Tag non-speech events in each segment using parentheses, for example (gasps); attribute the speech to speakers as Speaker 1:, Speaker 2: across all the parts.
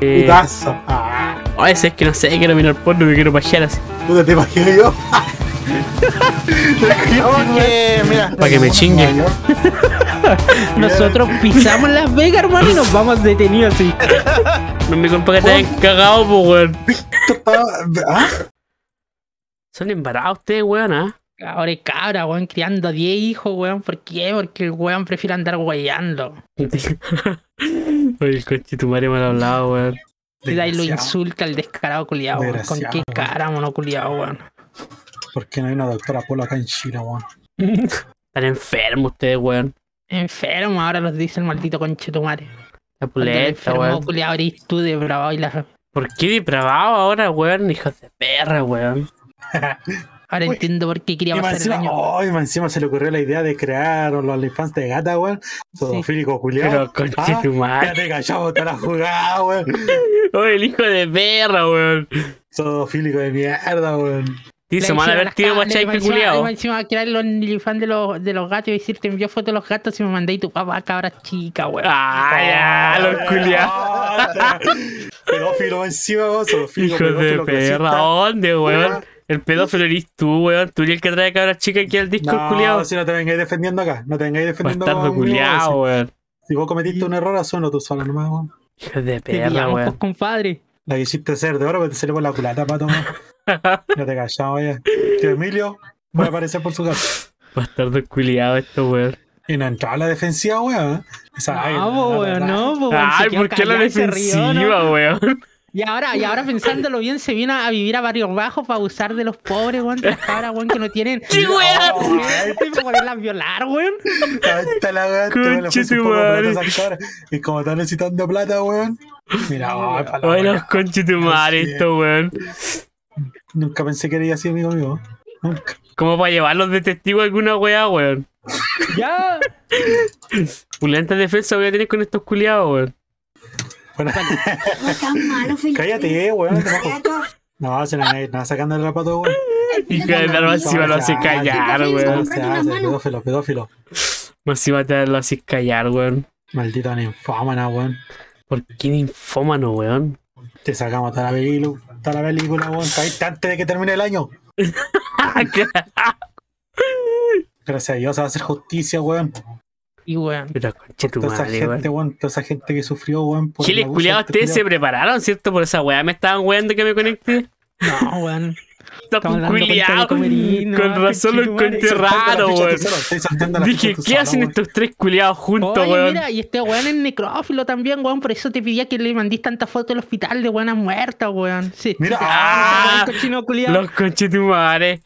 Speaker 1: Eh,
Speaker 2: Putazo. Ah,
Speaker 1: a veces es que no sé, quiero mirar porno, me quiero pajear así.
Speaker 2: puta, te imagino yo.
Speaker 3: No, que, mira.
Speaker 1: Para que me chinguen.
Speaker 4: Nosotros pisamos Las Vegas, hermano, y nos vamos detenidos así.
Speaker 1: No me compa que te hayan cagado, po, weón.
Speaker 2: Ah,
Speaker 1: Son embarados ustedes, weón, ¿ah? (laughs)
Speaker 4: Ahora es cabra, weón, criando a 10 hijos, weón. ¿Por qué? Porque el weón prefiere andar weyando.
Speaker 1: Oye, el coche tu madre mal hablado, weón.
Speaker 4: Y de ahí lo
Speaker 2: Desgraciado.
Speaker 4: insulta el descarado culiado, weón. ¿Con
Speaker 2: Desgraciado,
Speaker 4: qué
Speaker 2: weón.
Speaker 4: cara, mono culiado, weón?
Speaker 2: ¿Por qué no hay una doctora Polo acá en Chile, weón?
Speaker 1: Están enfermos ustedes, weón.
Speaker 4: Enfermo, ahora los dice el maldito conchetumare.
Speaker 1: La
Speaker 4: Cuando el
Speaker 1: puleta,
Speaker 4: Enfermo
Speaker 1: weón.
Speaker 4: culiado, eres tú de bravo y la.
Speaker 1: ¿Por qué depravado ahora, weón? Hijos de perra, weón.
Speaker 4: Ahora
Speaker 2: Uy.
Speaker 4: entiendo por qué quería
Speaker 2: Y más
Speaker 4: pasar el
Speaker 2: encima,
Speaker 4: año.
Speaker 2: oh, y más encima se le ocurrió la idea de crear los OnlyFans de gata, weón. Sodofílico culiado.
Speaker 1: Pero conche tu
Speaker 2: ah. Ya
Speaker 1: madre.
Speaker 2: te callado, te la jugada, weón.
Speaker 1: Oye, el hijo de perra, weón.
Speaker 2: Sodofílico de mierda, weón.
Speaker 1: Te hizo mal haber tío, guachai, que culiao.
Speaker 4: Encima crear los OnlyFans de los, de los gatos y decir, te envió fotos de los gatos y me mandé y tu papá cabra chica, weón.
Speaker 1: Ay, ah,
Speaker 2: Oh,
Speaker 1: los culiados.
Speaker 2: culiados. Pedófilo encima, weón. Sodofílico,
Speaker 1: Hijo de
Speaker 2: pedófilo,
Speaker 1: perra,
Speaker 2: clasista.
Speaker 1: ¿dónde,
Speaker 2: Ya.
Speaker 1: weón? El pedófilo eres tú, weón. Tú eres el que trae cabras chicas aquí al disco,
Speaker 2: No,
Speaker 1: culiao.
Speaker 2: si no te vengáis defendiendo acá, no te vengáis defendiendo
Speaker 1: Bastardo
Speaker 2: conmigo,
Speaker 1: culiao,
Speaker 2: weón.
Speaker 1: weón.
Speaker 2: Si, si vos cometiste un error, hazlo tú solo nomás, weón.
Speaker 1: Hijo de
Speaker 4: Te
Speaker 1: perra,
Speaker 4: pillamos, pues,
Speaker 1: weón.
Speaker 4: compadre.
Speaker 2: La quisiste hacer de oro, pero te salió por la culata, pato,
Speaker 1: (laughs)
Speaker 2: weón. No te callado, oye. Que Emilio va a aparecer por su casa.
Speaker 1: Bastardo culiao esto, weón.
Speaker 2: Y no entraba a la defensiva, weón. Esa- ay,
Speaker 4: no, po, weón,
Speaker 2: verdad.
Speaker 4: no, po, weón, se
Speaker 1: Ay,
Speaker 4: quedó
Speaker 1: ¿por qué la
Speaker 4: callado y se rió, ¿no?
Speaker 2: (laughs)
Speaker 1: defensiva, weón?
Speaker 4: Y ahora, y ahora pensándolo bien, se viene a vivir a barrios bajos para abusar de los pobres, weón, de las cabras, weón, que no
Speaker 1: (laughs)
Speaker 4: tienen.
Speaker 1: ¡Qué weón!
Speaker 4: Y para poderlas violar, weón.
Speaker 2: Ahí está la weá, te voy a ofrecer
Speaker 1: Conche
Speaker 2: un
Speaker 1: tu
Speaker 2: poco de plata a
Speaker 1: madre.
Speaker 2: esas cabras. Y como están necesitando plata, weón. Mira, ay, pa' la
Speaker 1: Ay, los
Speaker 2: weá.
Speaker 1: conchetumares,
Speaker 2: Así es.
Speaker 1: esto, weón.
Speaker 2: Nunca pensé que era así, amigo mío. Nunca.
Speaker 1: ¿Cómo para llevarlos de testigo a alguna weá, weón?
Speaker 4: Ya.
Speaker 1: Pulenta defensa voy a tener con estos culiados, weón. (laughs)
Speaker 2: Bueno,
Speaker 5: No seas malo, Felipe.
Speaker 2: cállate, eh, weón. te bajo.
Speaker 5: Gato,
Speaker 2: No, se la nada sacando el rapato, weón.
Speaker 1: Hija de perra,
Speaker 2: Si
Speaker 1: encima lo hace callar,
Speaker 2: No
Speaker 1: weón.
Speaker 2: se hace, pedófilo, pedófilo.
Speaker 1: Encima te lo hace callar, weón.
Speaker 2: Maldita ninfómana, weón.
Speaker 1: ¿Por qué ninfómano, weón?
Speaker 2: Te sacamos toda la película, toda la película, weón. Caíste antes de que termine el año. Ah, Gracias a Dios se va a hacer justicia, weón.
Speaker 4: Y weón.
Speaker 1: (laughs) Pero
Speaker 2: Toda esa
Speaker 1: conchetumare, weón.
Speaker 2: gente, weón. Toda esa gente que sufrió, weón. por el
Speaker 1: Chiles
Speaker 2: abuso
Speaker 1: culiados,
Speaker 2: de
Speaker 1: ustedes
Speaker 2: este
Speaker 1: se prepararon, ¿cierto? Por esa weá me estaban weando que me conecté.
Speaker 4: No, weón.
Speaker 1: Los
Speaker 4: Estaban dando cuenta
Speaker 1: culiados.
Speaker 4: del comerino,
Speaker 2: ah,
Speaker 1: Con razón lo
Speaker 4: conchetumare.
Speaker 1: encontré
Speaker 4: Se
Speaker 2: culiao.
Speaker 1: raro,
Speaker 2: Saltando la
Speaker 1: weón.
Speaker 2: ficha tú solo, estoy saltando la
Speaker 1: Dije,
Speaker 2: ficha tú
Speaker 1: ¿qué
Speaker 2: solo,
Speaker 1: hacen
Speaker 2: weón.
Speaker 1: estos tres culiados juntos,
Speaker 4: Oye,
Speaker 1: weón?
Speaker 4: mira, y este weón es necrófilo también, weón. Por eso te pedía que le mandís tanta foto del hospital de buenas muertas, weón. Sí.
Speaker 2: Mira,
Speaker 1: Ah,
Speaker 4: Esa weón, cochino culiao.
Speaker 2: (laughs)
Speaker 1: Los conchetumares.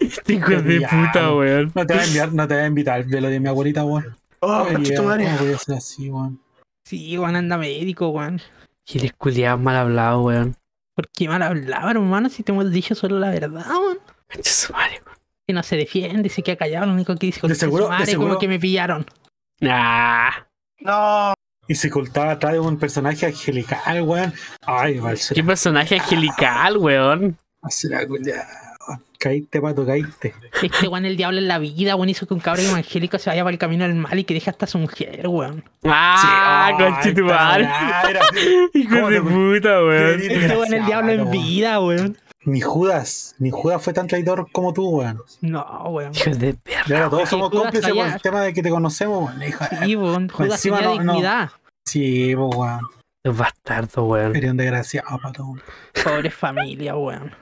Speaker 1: este hijo de
Speaker 2: Diablo.
Speaker 1: puta, weón.
Speaker 2: No te va a enviar, no te va a invitar, de lo de mi abuelita, weón.
Speaker 3: Oh,
Speaker 2: Ay,
Speaker 3: concha tu
Speaker 2: weón,
Speaker 3: madre.
Speaker 2: ¿cómo voy a ser así, weón?
Speaker 4: Sí, weón, anda médico, weón.
Speaker 1: Giles culiados mal hablados, weón.
Speaker 4: ¿Por qué mal hablaba, hermano? Si te hemos dicho solo la verdad, weón.
Speaker 1: Conchetumare, weón.
Speaker 4: Que no se defiende, se queda callado. Lo único que dice
Speaker 2: De seguro- de
Speaker 4: "Madre,
Speaker 2: seguro-
Speaker 4: como que me pillaron.
Speaker 1: Nah.
Speaker 3: No.
Speaker 2: Y se ocultaba atrás de un personaje angelical, weón. Ay,
Speaker 1: Qué
Speaker 2: Marcela.
Speaker 1: personaje
Speaker 2: ah.
Speaker 1: angelical, weón.
Speaker 2: Marcela, culiao. Caíste, pato, caíste.
Speaker 4: Este weón, el diablo en la vida, weón, hizo que un cabrón evangélico se vaya para el camino del mal y que deje hasta a su mujer, weón.
Speaker 1: Ah,
Speaker 4: oh,
Speaker 1: conchetumare. Hijo
Speaker 2: oh, ¿Cómo
Speaker 1: de
Speaker 2: te-
Speaker 1: puta, weón.
Speaker 4: Este weón, el diablo en vida, weón.
Speaker 2: (laughs) Ni Judas, ni Judas fue tan traidor como tú, weón.
Speaker 4: No, weón.
Speaker 1: Hijo de perra.
Speaker 2: Y ahora todos
Speaker 4: Sí,
Speaker 2: somos
Speaker 4: Ah, Judas
Speaker 2: cómplices por el
Speaker 4: callar.
Speaker 2: tema de que te conocemos, weón. Hijo de-
Speaker 4: Sí, weón, Judas
Speaker 2: encima
Speaker 4: tenía
Speaker 2: no- no.
Speaker 4: dignidad.
Speaker 2: Sí, po, weón.
Speaker 1: Los bastardos, weón.
Speaker 2: Eres un desgraciado, pato. weón.
Speaker 4: Pobre familia, weón.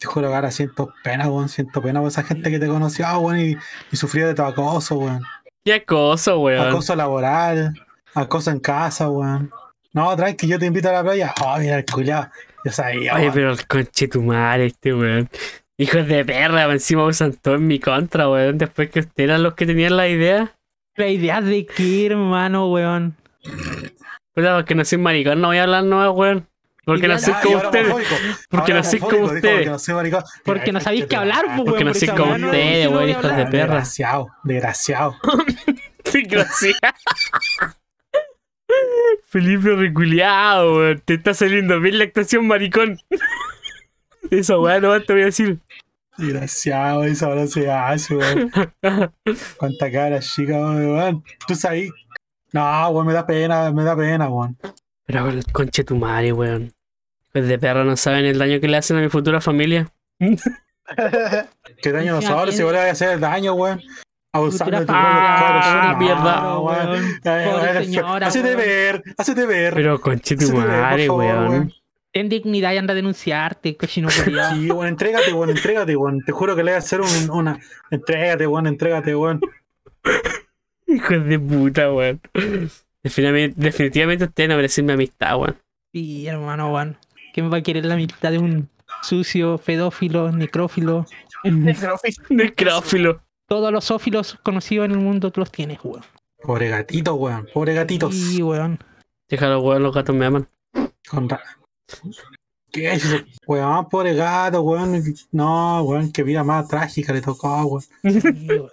Speaker 2: Te juro que ahora siento pena, weón. Siento pena por esa gente que te conoció, ah, weón, y, y sufría de tu acoso, weón.
Speaker 1: Qué acoso, weón.
Speaker 2: Acoso laboral, acoso en casa, weón. No, traes que yo te invito a la playa. Ah, mira el culiao. Yo sabía,
Speaker 1: Oye,
Speaker 2: weón.
Speaker 1: pero el conche tu madre, este weón. Hijos de perra, encima usan todo en mi contra, weón. Después que ustedes eran los que tenían la idea.
Speaker 4: La idea de que, hermano, weón.
Speaker 1: Puta, porque Pues, ah, no soy maricón, no voy a hablar nueva, weón. Porque no
Speaker 4: Ideas-
Speaker 1: soy
Speaker 2: Ah, y
Speaker 1: como
Speaker 2: ahora
Speaker 1: (laughs) ustedes.
Speaker 2: homofóbico.
Speaker 1: Porque
Speaker 2: Ahora
Speaker 1: no sois como
Speaker 2: homofóbico, dijo,
Speaker 1: ustedes.
Speaker 2: Porque no soy maricón.
Speaker 4: Porque no sabéis qué hablar,
Speaker 2: este
Speaker 4: pues, weón.
Speaker 1: Porque no
Speaker 4: por
Speaker 1: soy
Speaker 4: esa
Speaker 1: como
Speaker 4: weá, no,
Speaker 1: ustedes,
Speaker 4: sí, no
Speaker 1: weón,
Speaker 4: voy a
Speaker 1: hijos de
Speaker 4: hablar.
Speaker 1: perra.
Speaker 2: Desgraciado, desgraciado.
Speaker 1: Sí, gracias. Felipe reculeado, weón. Te está saliendo bien la actuación, maricón. (laughs) Esa weá no te voy a decir.
Speaker 2: Desgraciado, eso
Speaker 1: (laughs)
Speaker 2: ahora se hace, weón. Cuánta cara, chica, weón. Tú sabes No, weón, me da pena, me da pena, weón.
Speaker 1: Pero weón, conche tu madre, weón. Pues de perra no saben el daño que le hacen a mi futura familia.
Speaker 2: Qué daño nos ahora, si igual le voy a hacer daño, weón. Abusando de tu
Speaker 1: Ah,
Speaker 2: propio cuerpo.
Speaker 1: mierda.
Speaker 2: No, weón.
Speaker 4: weón.
Speaker 2: Ay,
Speaker 4: Pobre
Speaker 2: weón,
Speaker 4: señora,
Speaker 2: Hacete
Speaker 4: weón.
Speaker 2: ver, hacete ver.
Speaker 1: Pero conche tu
Speaker 2: hacete ver, por
Speaker 1: madre,
Speaker 2: favor,
Speaker 1: weón.
Speaker 4: Ten dignidad y anda a denunciarte, cochino culiao.
Speaker 2: Sí, weón, entrégate, weón, entrégate, weón. Te juro que le voy a hacer un- una. Entrégate, weón, entrégate, weón.
Speaker 1: Hijo de puta, weón. Definitivamente, definitivamente ustedes no merecen mi amistad, weón.
Speaker 4: Sí, hermano, weón. ¿Quién va a querer la mitad de un sucio, pedófilo, necrófilo?
Speaker 1: (laughs) Necrófilo.
Speaker 4: Todos los ófilos conocidos en el mundo tú los tienes, weón.
Speaker 2: Pobre gatito, weón. Pobre gatitos.
Speaker 4: Sí, weón.
Speaker 1: Déjalo, weón, los gatos me aman.
Speaker 2: Con ra- ¿Qué es eso? Weón, pobre gato, weón. No, weón, qué vida más trágica le tocó, weón.
Speaker 4: Sí, weón.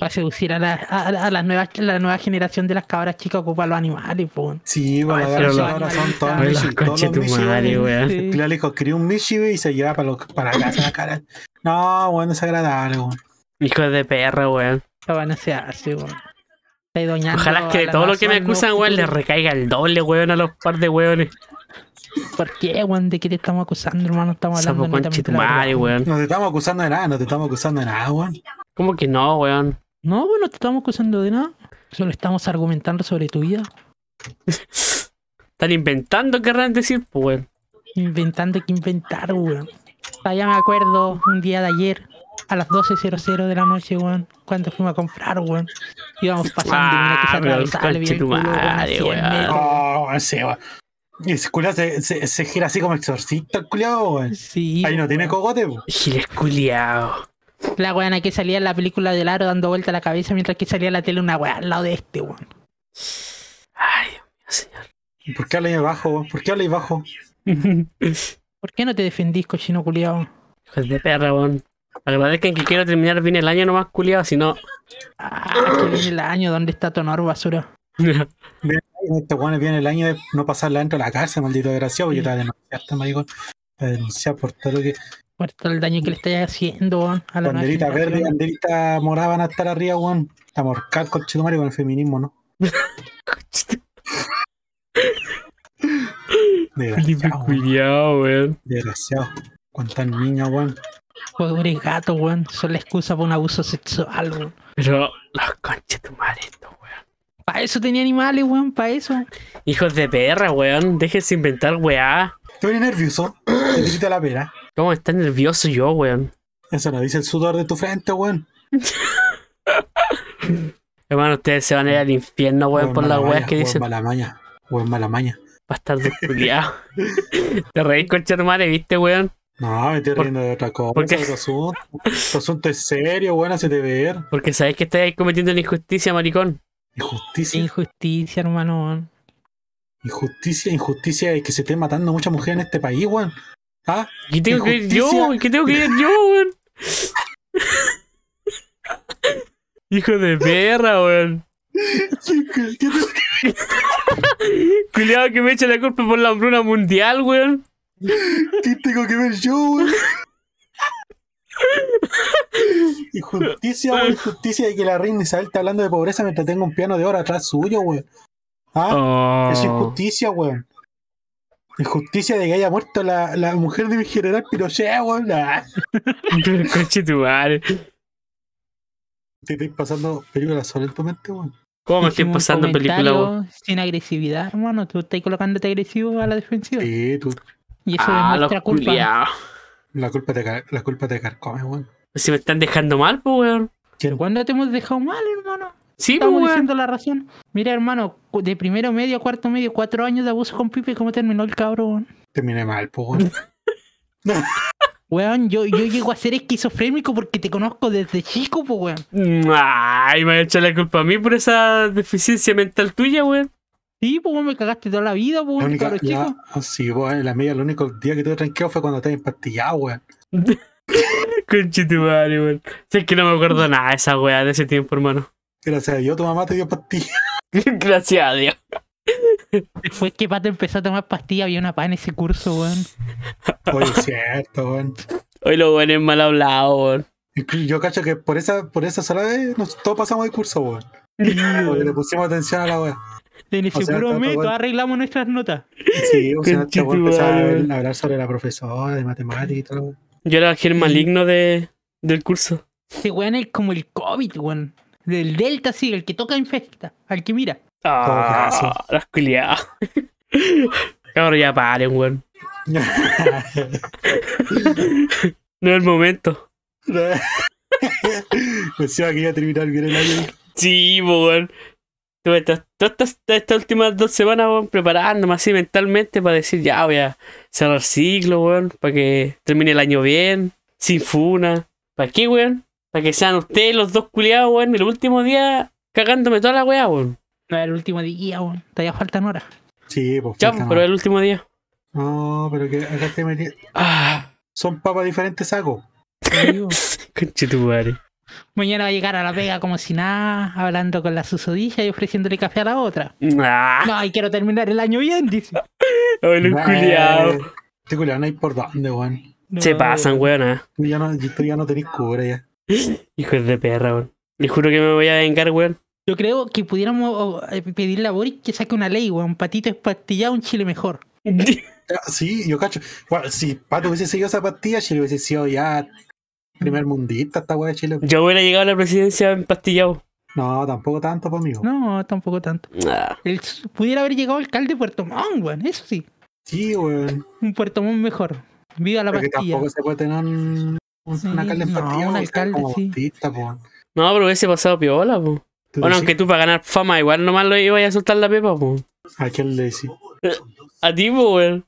Speaker 4: Para seducir a la, a, a la, nueva, la nueva generación de las cabras chicas ocupa los animales, po, weón.
Speaker 2: Sí, weón,
Speaker 1: Ay,
Speaker 2: la
Speaker 1: pero
Speaker 2: verdad,
Speaker 1: lo-
Speaker 2: ahora son todos
Speaker 4: Ay,
Speaker 1: Ay,
Speaker 2: Michi,
Speaker 1: la conche
Speaker 2: todos
Speaker 1: tu
Speaker 2: Michi,
Speaker 1: madre,
Speaker 2: weón.
Speaker 1: weón.
Speaker 4: Sí.
Speaker 2: Claro, le dijo, quería un Michibe y se lleva para, lo- para casa la cara. No, weón, desagradable, weón.
Speaker 1: Hijo de perra, weón.
Speaker 4: Esta van a se hace, weón. Estáis doñando
Speaker 1: Ojalá es que
Speaker 4: a
Speaker 1: de
Speaker 4: la
Speaker 1: todo lo que me
Speaker 4: razón, ¿no?
Speaker 1: acusan, weón, le recaiga el doble, weón, a los par de weones.
Speaker 4: ¿Por qué, weón? ¿De qué te estamos acusando, hermano? Estamos hablando
Speaker 1: Sapo conche
Speaker 4: netamente
Speaker 1: tu
Speaker 4: la verdad.
Speaker 1: madre, weón.
Speaker 2: No te estamos acusando de nada, no te estamos acusando de nada, weón.
Speaker 1: ¿Cómo que no, weón?
Speaker 4: No, weón, no te estamos acusando de nada. Solo estamos argumentando sobre tu vida.
Speaker 1: Están inventando, querrán decir, pues, weón.
Speaker 4: Inventando que inventar, weón. Ah, Ya me acuerdo un día de ayer, a las 12.00 de la noche, weón, cuando fuimos a comprar, weón. Íbamos pasando, mira que se
Speaker 1: Ah, pero
Speaker 4: atravesaba, le vi el culo, weón, a
Speaker 1: conchetumare,
Speaker 4: 100
Speaker 1: weón.
Speaker 4: metros.
Speaker 2: Oh, weón, sí, weón. Y ese culiao se, se, se gira así como exorcista, el culiao, weón.
Speaker 4: Sí,
Speaker 2: Ahí no tiene cogote, weón.
Speaker 1: Giles culiao.
Speaker 4: la weona que salía en la película del aro dando vuelta la cabeza mientras que salía en la tele una weá al lado de este, weón. (laughs)
Speaker 1: Ay, Dios mío, señor.
Speaker 2: ¿Por qué habláis bajo, weón? ¿Por qué habláis bajo?
Speaker 1: Hijo
Speaker 4: ¿Por qué no te defendís, cochino culiao?
Speaker 1: de perra, weón. Agradezcan que quiero terminar bien el año nomás, culiao, si no. (laughs)
Speaker 4: Ah, que viene el año, ¿dónde está tu honor, basura?
Speaker 2: Este weón viene el año de no pasarla dentro de la cárcel, maldito desgraciado, porque te va a denunciar, este maricón. Te va a denunciar por todo lo que.
Speaker 4: Por todo el daño que le estáis haciendo, weón, a la nueva
Speaker 2: Banderita verde y
Speaker 4: generación.
Speaker 2: banderita morada van a estar arriba, weón. La morcal con Chetumare con el feminismo, ¿no?
Speaker 1: Felipe
Speaker 2: Desgraciado, weón.
Speaker 1: culiao, weón.
Speaker 2: Desgraciado. Cuántas niñas, weón.
Speaker 4: Pobres gatos, weón. Son la excusa para un abuso sexual, weón.
Speaker 1: Pero los conches tu madre, estos, weón.
Speaker 4: Para eso tenía animales, weón, para eso.
Speaker 1: Hijos de perra, weón. Déjense inventar, weá.
Speaker 2: Estoy nervioso. Te grita la pera.
Speaker 1: ¿Cómo está nervioso yo, weón?
Speaker 2: Eso no dice el sudor de tu frente, weón.
Speaker 1: Hermano, ustedes se van a ir al infierno, weón, por las
Speaker 2: mala
Speaker 1: weas
Speaker 2: maña,
Speaker 1: que
Speaker 2: weón,
Speaker 1: dicen.
Speaker 2: Mala maña. Weón, mala maña. (laughs)
Speaker 1: Bastardo culiao. Te reís, concha tu madre, viste, weón.
Speaker 2: No, me estoy
Speaker 1: ¿Por-
Speaker 2: riendo de otra cosa.
Speaker 1: por qué?
Speaker 2: otro asunto. Otro asunto es serio, weón. Hacete ver.
Speaker 1: Porque sabéis que estáis cometiendo una injusticia, maricón. (laughs)
Speaker 2: Injusticia.
Speaker 4: Injusticia, hermano, weón.
Speaker 2: Injusticia, injusticia. Es que se esté matando muchas mujeres en este país, weón. ¿Ah?
Speaker 1: ¿Qué tengo que ir yo?
Speaker 2: Injusticia.
Speaker 1: ¿Qué tengo que ir yo, weón? (laughs) Hijo de perra, weón. Culiado que me echa la culpa por la hambruna mundial, weón.
Speaker 2: ¿Qué tengo que ver yo, weón? Injusticia, weón, injusticia de que la reina Isabel está hablando de pobreza mientras tengo un piano de oro atrás suyo, weón. ¿Ah? Es
Speaker 1: Oh.
Speaker 2: injusticia, weón. Injusticia de que haya muerto la, la mujer de mi general Pinochet, weón. Ah,
Speaker 1: (laughs) Conche tu madre.
Speaker 2: Te estoy pasando películas solo en tu mente, weón.
Speaker 1: ¿Cómo me estoy
Speaker 4: Hicimos un
Speaker 1: pasando película,
Speaker 4: comentario
Speaker 1: weón?
Speaker 4: Sin agresividad, hermano. Tú estás colocándote agresivo a la defensiva.
Speaker 2: Sí, tú.
Speaker 4: Y eso
Speaker 1: Ah,
Speaker 4: es
Speaker 1: los
Speaker 4: nuestra culpa.
Speaker 1: culiados.
Speaker 2: La culpa te, ca- la culpa te carcome, weón.
Speaker 1: Si me están dejando mal, pues, weón.
Speaker 4: ¿Pero ¿Cuándo te hemos dejado mal, hermano?
Speaker 1: Sí, pues,
Speaker 4: Estamos
Speaker 1: weón.
Speaker 4: diciendo la razón. Mira, hermano, cu- de primero medio a cuarto medio, cuatro años de abuso con Pipe, ¿cómo terminó el cabrón?
Speaker 2: Terminé mal, po, weón.
Speaker 4: Weón, yo, yo llego a ser esquizofrénico porque te conozco desde chico, pues, weón.
Speaker 1: Mm, Ay, me ha hecho la culpa a mí por esa deficiencia mental tuya, weón.
Speaker 4: Sí, pues, weón, me cagaste toda la vida, pues,
Speaker 2: La
Speaker 4: weón,
Speaker 2: única-
Speaker 4: cabro
Speaker 2: la-
Speaker 4: chico.
Speaker 2: ah, sí, weón, la media, el único día que tuve tranquilo fue cuando estaba empastillado, weón.
Speaker 1: Conche tu madre, weón. Si es que no me acuerdo nada de esa weá de ese tiempo, hermano. (laughs)
Speaker 2: Gracias a Dios, tu mamá te dio pastillas.
Speaker 1: Gracias a Dios.
Speaker 4: Después que Pato empezó a tomar pastillas, había una paz en ese curso, weón.
Speaker 2: Oye, es cierto, weón.
Speaker 1: Hoy lo bueno es mal hablado, weón.
Speaker 2: Inclu- Yo cacho que por esa, por esa sola vez nos, todos pasamos de curso, weón. Porque le pusimos atención a la wea.
Speaker 4: En el
Speaker 2: O sea,
Speaker 4: seguro
Speaker 2: tanto
Speaker 4: método
Speaker 2: gol.
Speaker 4: arreglamos nuestras notas.
Speaker 2: Sí, o sea, este
Speaker 1: Conchetumare.
Speaker 2: weón empezaba a hablar sobre la profesora de matemáticas y todo. (laughs)
Speaker 1: Yo era el maligno de, del curso.
Speaker 4: Este weón es como el COVID, weón. Del Delta, sí, el que toca infecta. Al que mira.
Speaker 1: Ah,
Speaker 2: Todo
Speaker 1: las (laughs) culiadas. Cabrón, ya paren, weón. (laughs) No es el momento.
Speaker 2: Decía que iba a terminar bien el año.
Speaker 1: Sí, po, weón. Tuve estas- todas estas estas últimas dos semanas, weón, preparándome así mentalmente para decir, ya voy a cerrar ciclo, weón, para que termine el año bien, sin funa. ¿Para qué, weón? Para que sean ustedes los dos culiados, weón, el último día cagándome toda la weá, weón.
Speaker 4: No era el último día, weón. Todavía
Speaker 2: (laughs)
Speaker 4: faltan horas.
Speaker 2: Sí, pues.
Speaker 1: Ya,
Speaker 2: falta
Speaker 1: pero
Speaker 2: más.
Speaker 1: el último día.
Speaker 2: No, pero que acá te metí.
Speaker 1: Ah,
Speaker 2: Son papas diferentes, saco.
Speaker 4: Te digo.
Speaker 1: conchetumare.
Speaker 4: Mañana va a llegar a la pega como si nada, hablando con la susodilla y ofreciéndole café a la otra.
Speaker 1: Ah,
Speaker 4: No, y quiero terminar el año bien, dice.
Speaker 1: hola, un culiao.
Speaker 2: Este culiao no hay por dónde, weón.
Speaker 4: No,
Speaker 1: Se pasan, weón. ah.
Speaker 2: Tú ya no, tú ya no tenés cura ya.
Speaker 1: Hijos de perra, weón. Y juro que me voy a vengar, weón. (laughs)
Speaker 4: Yo creo que pudiéramos oh, eh, pedirle a Boris que saque una ley, weón. Un patito espastillado, un chile mejor.
Speaker 2: Ah, Sí, yo cacho. Bueno, si Pato hubiese seguido esa pastilla, Chile hubiese sido ya primer mundista esta weá de Chile.
Speaker 1: Yo hubiera llegado a la presidencia empastillado.
Speaker 2: No, tampoco tanto, pa' amigo.
Speaker 4: No, tampoco tanto.
Speaker 1: Ah,
Speaker 4: El s- pudiera haber llegado alcalde de Puerto Montt, weón. Eso sí.
Speaker 2: Sí, weón.
Speaker 4: Un Puerto Montt mejor. Viva la
Speaker 2: Porque
Speaker 4: pastilla.
Speaker 2: tampoco se puede tener un, un
Speaker 4: Sí,
Speaker 2: alcalde en
Speaker 4: no,
Speaker 2: pastilla.
Speaker 4: un
Speaker 2: weón,
Speaker 4: alcalde,
Speaker 2: como
Speaker 4: sí.
Speaker 2: bautista, po, weón.
Speaker 1: No, pero hubiese pasado piola, po.
Speaker 2: Tú decís,
Speaker 1: Bueno, aunque tú para ganar fama igual nomás lo ibas a soltar la pepa, po.
Speaker 2: ¿A quién le decís?
Speaker 1: A ti, po, weón.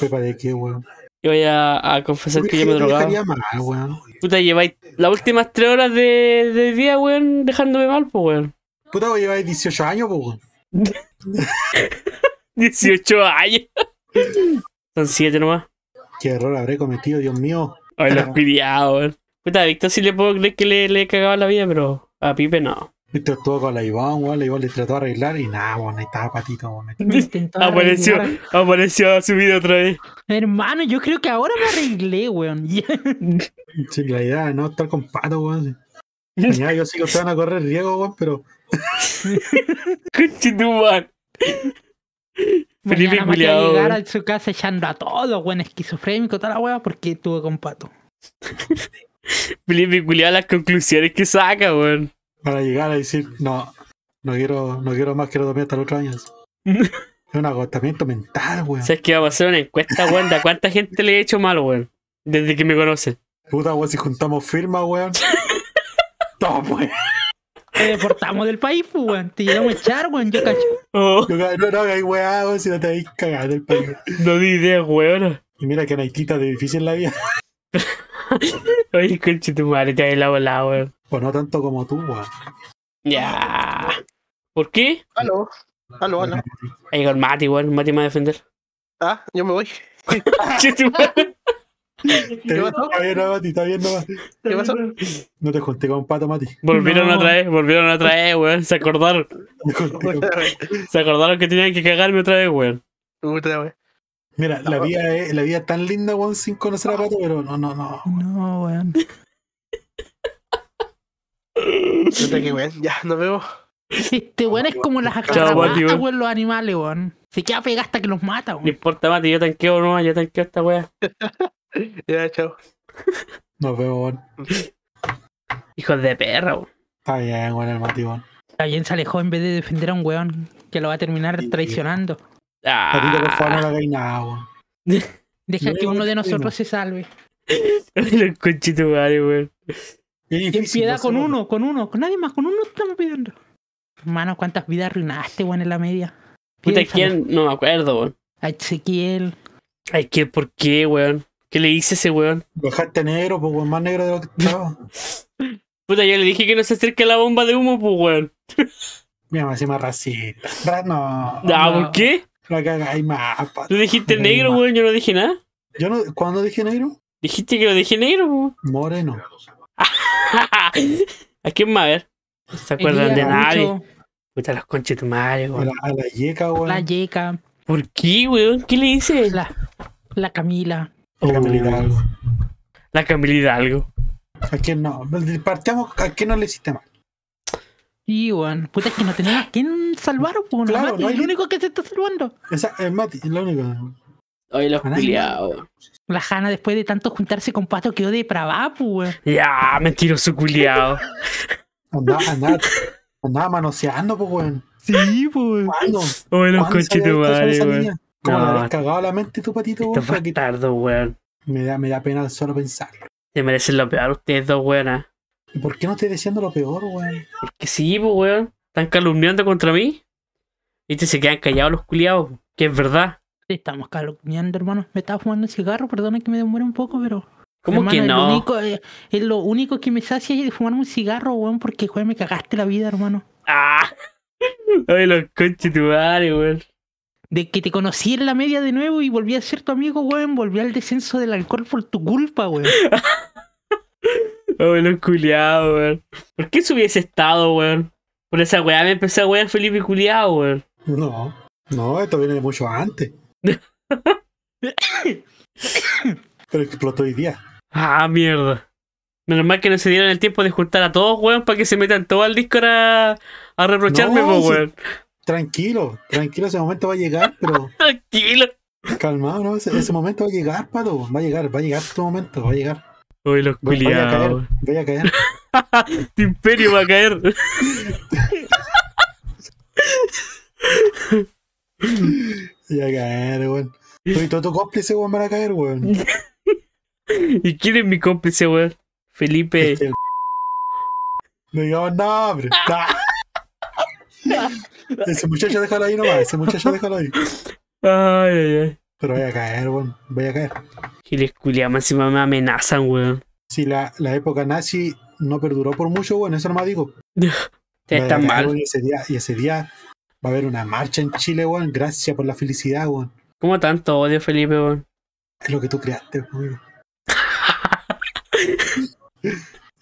Speaker 2: Pepa de qué, weón.
Speaker 1: Yo voy a, a confesar que yo me
Speaker 2: Yo
Speaker 1: drogaba.
Speaker 2: dejaría mal, weón.
Speaker 1: Tú te lleváis las últimas tres horas de, de día, weón, dejándome mal, po, (laughs) weón.
Speaker 2: Puta, vos lleváis 18 años, po, weón.
Speaker 1: 18 años. (laughs) Son 7 nomás.
Speaker 2: Qué error habré cometido, Dios mío.
Speaker 1: Ay, los culiados, weón. Puta, a Víctor sí le puedo creer que le, le he cagado la vida, pero a Pipe no.
Speaker 2: Esto estuvo con la Iván, weón. La Iván le trató de arreglar y nada, weón. Ahí estaba patito, weón.
Speaker 1: (laughs)
Speaker 4: Intentó
Speaker 1: Apareció,
Speaker 4: arreglar-
Speaker 1: apareció a su vida otra vez. (laughs)
Speaker 4: Hermano, yo creo que ahora me arreglé, weón. Ya.
Speaker 2: Sí, la idea de no estar con pato, weón. Mañana yo sí que ustedes van a correr riego, weón, pero
Speaker 1: Conchetumar. Felipe
Speaker 4: Mañana Mati va a
Speaker 1: culiao,
Speaker 4: llegar
Speaker 1: weón.
Speaker 4: a su casa echando a todos, weón, esquizofrénico, toda la weá, porque estuvo con Pato.
Speaker 1: Felipe culiado las conclusiones que saca, weón.
Speaker 2: para llegar a decir, no, no quiero, no quiero más, quiero dormir hasta los otros años. Es un agotamiento mental, weón.
Speaker 1: ¿Sabes que va a hacer una encuesta, weón? de a cuánta gente le he hecho mal, weón? Desde que me conocen.
Speaker 2: Puta, weón, si juntamos firmas, weón. Toma, weón.
Speaker 4: Te deportamos del país, pues, weón. Te llevamos a echar, weón, yo cacho.
Speaker 1: Oh,
Speaker 2: Yo, No, no, hay weá, weón, si no te vais cagando el país.
Speaker 1: no di idea, weón.
Speaker 2: Y mira que en Haití está difícil la vida. (laughs)
Speaker 1: Ay, conchetumare, te había volado, weón.
Speaker 2: Pues no tanto como tú, weón.
Speaker 1: Ya. ¿Por qué?
Speaker 3: Aló. Aló, aló.
Speaker 1: Ha llegado el Mati, weón. Mati me va a defender.
Speaker 3: Ah, yo me voy.
Speaker 1: Conchetumare.
Speaker 2: Te-
Speaker 3: pasó?
Speaker 2: Está bien, no, Mati, está bien, no, Mati.
Speaker 3: ¿Qué pasó?
Speaker 2: No te junté con pato, Mati.
Speaker 1: Volvieron
Speaker 4: No.
Speaker 1: otra vez, volvieron otra vez, weón. Se acordaron.
Speaker 2: No te junté con-
Speaker 1: Se acordaron que tenían que cagarme otra vez, weón.
Speaker 3: Puta, wey.
Speaker 2: Mira, la vida, es, la vida es tan linda, weón, sin conocer a pato, pero no, no, no.
Speaker 4: (laughs) No, weón.
Speaker 3: Puta, qué wey. Ya, nos vemos.
Speaker 4: Este weón es como las
Speaker 1: (laughs) Chao, Mati,
Speaker 4: agarrapatas,
Speaker 1: weón.
Speaker 4: weón, los animales, weón. Se queda pegado hasta que los mata,
Speaker 1: No
Speaker 4: weón.
Speaker 1: importa, Mati, yo tanqueo nomás, yo tanqueo esta weá.
Speaker 3: Ya, chao.
Speaker 2: Nos vemos, weón.
Speaker 1: Hijos de perra, weón.
Speaker 2: Está bien, weón, el Mati, weón.
Speaker 4: Está bien, se alejó en vez de defender a un weón que lo va a terminar
Speaker 2: Sí.
Speaker 4: traicionando.
Speaker 2: Patito, por favor, no
Speaker 1: Ah,
Speaker 2: le hagáis nada, weón.
Speaker 4: Deja
Speaker 2: No,
Speaker 4: que uno de
Speaker 2: sí,
Speaker 4: nosotros
Speaker 2: no.
Speaker 4: se salve.
Speaker 1: (laughs) los conchetumare, weón.
Speaker 2: Es
Speaker 4: Ten
Speaker 2: difícil,
Speaker 4: piedad
Speaker 2: no sé,
Speaker 4: con
Speaker 2: weón.
Speaker 4: uno, con uno, con nadie más, con uno estamos pidiendo. Hermano, ¿cuántas vidas arruinaste, weón, en la media?
Speaker 1: Puta,
Speaker 4: Piénsalo.
Speaker 1: ¿quién? No me acuerdo, weón.
Speaker 4: A Ezequiel.
Speaker 1: Ay, ¿qué? ¿Por qué, weón? ¿Qué le hice a ese weón?
Speaker 2: Lo dejaste negro, pues, weón, más negro de
Speaker 4: (laughs)
Speaker 2: lo que estaba.
Speaker 1: Puta, yo le dije que no se acerque a la bomba de humo, pues, weón.
Speaker 2: Mira, me encima racista. Ra- No,
Speaker 1: Ah,
Speaker 4: no.
Speaker 1: ¿por qué?
Speaker 2: la cagáis más, pato.
Speaker 1: Tú
Speaker 2: (laughs)
Speaker 1: dijiste
Speaker 2: No,
Speaker 1: negro,
Speaker 2: ma-
Speaker 1: weón, yo no dije nada.
Speaker 2: Yo no, ¿cuándo dije negro?
Speaker 1: Dijiste que lo dije negro, weón.
Speaker 2: Moreno.
Speaker 1: (laughs) ¿A quién más? A ver. No se acuerdan de
Speaker 4: Elías,
Speaker 1: nadie.
Speaker 4: Lucho,
Speaker 1: Puta, los conchetumare,
Speaker 2: A
Speaker 1: weón.
Speaker 2: la, a la yeca, weón.
Speaker 4: La Yeca,
Speaker 1: ¿Por qué, weón? ¿Qué le hice?
Speaker 4: la, la Camila.
Speaker 2: La Camila Hidalgo.
Speaker 1: La Camila Hidalgo.
Speaker 2: ¿A quién no? Partamos, ¿a quién no le hiciste mal?
Speaker 4: Sí, weón. Puta, es que no tenemos a quién salvar, weón.
Speaker 2: Claro,
Speaker 4: Mati,
Speaker 2: no hay-
Speaker 4: el único que se está salvando.
Speaker 2: Esa, es Mati, es lo único.
Speaker 1: Oye, los
Speaker 2: Nadie.
Speaker 1: culiados.
Speaker 4: La Hanna, después de tanto juntarse con Pato, quedó depravada, pues, weón.
Speaker 1: Ya, mentiroso culiado.
Speaker 2: Andaba, andaba, andaba manoseando, pues, weón.
Speaker 4: Sí, pues.
Speaker 2: ¿Cuándo?
Speaker 1: Oye, los
Speaker 2: ¿Cuándo
Speaker 1: conchitos,
Speaker 2: sabía esto sobre
Speaker 1: madre,
Speaker 2: esa
Speaker 1: weón.
Speaker 2: niña? Como
Speaker 1: No.
Speaker 2: la habéis cagado la mente tu patito,
Speaker 1: Estos
Speaker 2: weón. porque
Speaker 1: bastardos, weón.
Speaker 2: Me da, me da pena solo pensarlo.
Speaker 1: Te merecen lo peor ustedes dos, weón.
Speaker 2: ¿Y por qué no estoy diciendo lo peor, weón?
Speaker 1: Que sí, pues, weón. Están calumniando contra mí. Viste, se quedan callados los culiados. Que es verdad.
Speaker 4: Te estamos calumniando, hermano. Me estaba fumando un cigarro, perdona que me demore un poco, pero.
Speaker 1: ¿Cómo
Speaker 4: hermano,
Speaker 1: que
Speaker 4: es lo
Speaker 1: no?
Speaker 4: único- eh, es lo único que me sacia es fumarme un cigarro, weón, porque, weón, me cagaste la vida, hermano.
Speaker 1: ¡Ah! (laughs) Oye, los conches tu madre, weón.
Speaker 4: De que te conocí en la media de nuevo y volví a ser tu amigo, weón. Volví al descenso del alcohol por tu culpa, weón.
Speaker 1: Oye, los culiados, weón. ¿Por qué se hubiese estado, weón? Por esa weá me empecé a wear Felipe culiado, weón.
Speaker 2: No. No, esto viene de mucho
Speaker 1: (coughs)
Speaker 2: antes. Pero explotó hoy día.
Speaker 1: Ah, mierda. Menos mal que no se dieron el tiempo de juntar a todos, weón, para que se metan todo al Discord a, a reprocharme,
Speaker 2: No,
Speaker 1: pues,
Speaker 2: sí.
Speaker 1: weón. (laughs)
Speaker 2: Tranquilo, tranquilo, ese momento va a llegar, pero
Speaker 1: Tranquilo.
Speaker 2: calmado, ¿no? Ese, ese momento va a llegar, pato. Va a llegar, va a llegar tu momento, va a llegar.
Speaker 1: Oye, los
Speaker 2: Voy, voy a caer,
Speaker 1: culiados.
Speaker 2: voy a caer.
Speaker 1: Tu imperio va a caer. (laughs)
Speaker 2: Voy a caer, weón. Oye, todo tu cómplice, weón, van a caer, weón.
Speaker 1: ¿Y quién es mi cómplice, weón? Felipe.
Speaker 2: Este, el- No digamos nada, hombre. Ah. Ese muchacho déjalo ahí nomás, ese muchacho déjalo ahí.
Speaker 1: Ay, ay, ay.
Speaker 2: Pero voy a caer, weón, voy a caer.
Speaker 1: Giles culiados, más encima me amenazan, weón.
Speaker 2: Si la, la época nazi no perduró por mucho, bueno, eso nomás digo.
Speaker 1: Ustedes
Speaker 2: Vaya
Speaker 1: están
Speaker 2: cagar,
Speaker 1: mal.
Speaker 2: weón, Y ese, día, y ese día va a haber una marcha en Chile, weón. Gracias por la felicidad, weón.
Speaker 1: ¿Cómo tanto odio, Felipe, weón?
Speaker 2: Es lo que tú creaste, weón.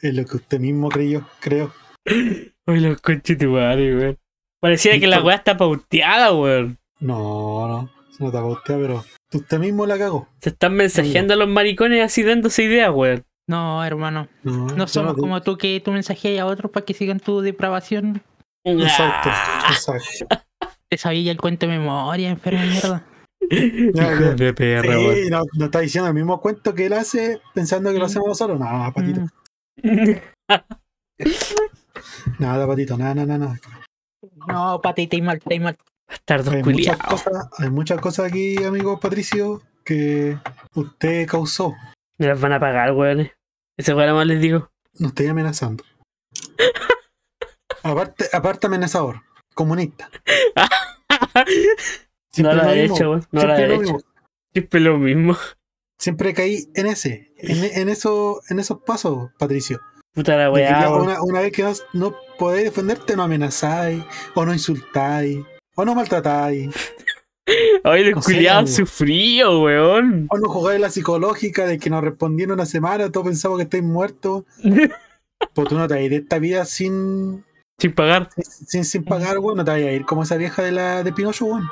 Speaker 2: es lo que usted mismo creyó, creo.
Speaker 1: Ay, los conches de madre, weón. Pareciera que la weá está pauteada, weón.
Speaker 2: No, no. Se nota para usted, pero usted mismo la cagó.
Speaker 1: Se están mensajeando a los maricones así dándose ideas, weón.
Speaker 4: No, hermano.
Speaker 2: No, yo
Speaker 4: No somos
Speaker 2: te-
Speaker 4: como tú que tú mensajeas a otros para que sigan tu depravación.
Speaker 2: Exacto,
Speaker 1: (laughs) Ah,
Speaker 2: exacto.
Speaker 4: Te sabía ya el cuento de memoria, enfermo de mierda.
Speaker 1: Hijos de perra, weón.
Speaker 2: Sí, no, no está diciendo el mismo cuento que él hace pensando que lo hacemos nosotros. No, (laughs) patito.
Speaker 4: Mm.
Speaker 2: Nada, patito. Nada, nada, nada.
Speaker 4: No, pati, te mal, te mal.
Speaker 1: Bastardos
Speaker 2: Hay muchas,
Speaker 1: culiados.
Speaker 2: cosas, hay muchas cosas aquí, amigo Patricio, que usted causó.
Speaker 1: Me las van a pagar, weón. Esa weá nada más les digo.
Speaker 2: No estoy
Speaker 1: (laughs)
Speaker 2: amenazando. Aparte, aparte amenazador, comunista.
Speaker 1: No lo he
Speaker 2: mismo,
Speaker 1: hecho, weón. No lo
Speaker 2: siempre
Speaker 1: he
Speaker 2: lo
Speaker 1: hecho.
Speaker 2: mismo.
Speaker 1: Siempre
Speaker 2: (laughs)
Speaker 1: lo mismo.
Speaker 2: Siempre caí en ese, en, en eso, en esos pasos, Patricio.
Speaker 1: Puta la
Speaker 2: De que
Speaker 1: weá,
Speaker 2: ya
Speaker 1: weón.
Speaker 2: una, una vez que no, no podéis defenderte, no amenazáis, o no insultáis, o no maltratáis,
Speaker 1: Oye,
Speaker 2: No
Speaker 1: los
Speaker 2: sé,
Speaker 1: culiados
Speaker 2: amigo.
Speaker 1: sufrío, weón.
Speaker 2: o no jugáis la psicológica de que nos respondieron una semana, todos pensamos que estáis
Speaker 1: (laughs)
Speaker 2: muertos. Pues tú no te vas a ir de esta vida sin,
Speaker 1: Sin pagar.
Speaker 2: sin, sin pagar, weón. No te vas a ir como esa vieja de la de Pinocho, weón.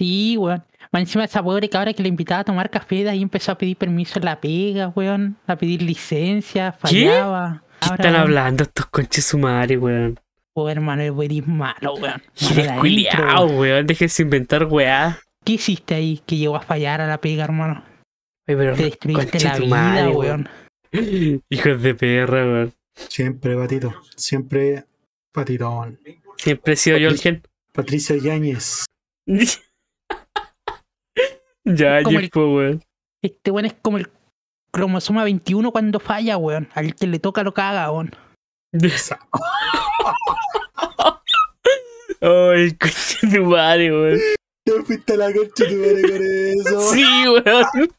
Speaker 4: Sí, weón. Más encima esa pobre cabra que le invitaba a tomar café, de ahí empezó a pedir permiso en la pega, weón. A pedir licencia,
Speaker 1: ¿Qué?
Speaker 4: fallaba.
Speaker 1: ¿Qué
Speaker 4: Ahora,
Speaker 1: están
Speaker 4: weón,
Speaker 1: hablando estos conches su madre, weón?
Speaker 4: Oh, hermano, eres malo, weón. Malo
Speaker 1: Giles
Speaker 4: de adentro,
Speaker 1: culiao,
Speaker 4: weón.
Speaker 1: weón. Déjense inventar weá.
Speaker 4: ¿Qué hiciste ahí que llegó a fallar a la pega, hermano?
Speaker 1: Ay, pero
Speaker 4: Te destruiste
Speaker 1: conche
Speaker 4: la
Speaker 1: tu
Speaker 4: vida,
Speaker 1: madre, weón.
Speaker 4: weón.
Speaker 1: Hijos de perra, weón.
Speaker 2: Siempre, patito. Siempre, patitón.
Speaker 1: Siempre he sido yo el gen.
Speaker 2: Patricio Yáñez.
Speaker 1: ya,
Speaker 4: Como el-
Speaker 1: Jispo, weón.
Speaker 4: Este weón es como el cromosoma 21 cuando falla, weón. Al que le toca lo caga, weón.
Speaker 1: Ay, conche tu madre, weón.
Speaker 2: Te fuiste a la concha de tu madre con eso.
Speaker 1: Sí, weón.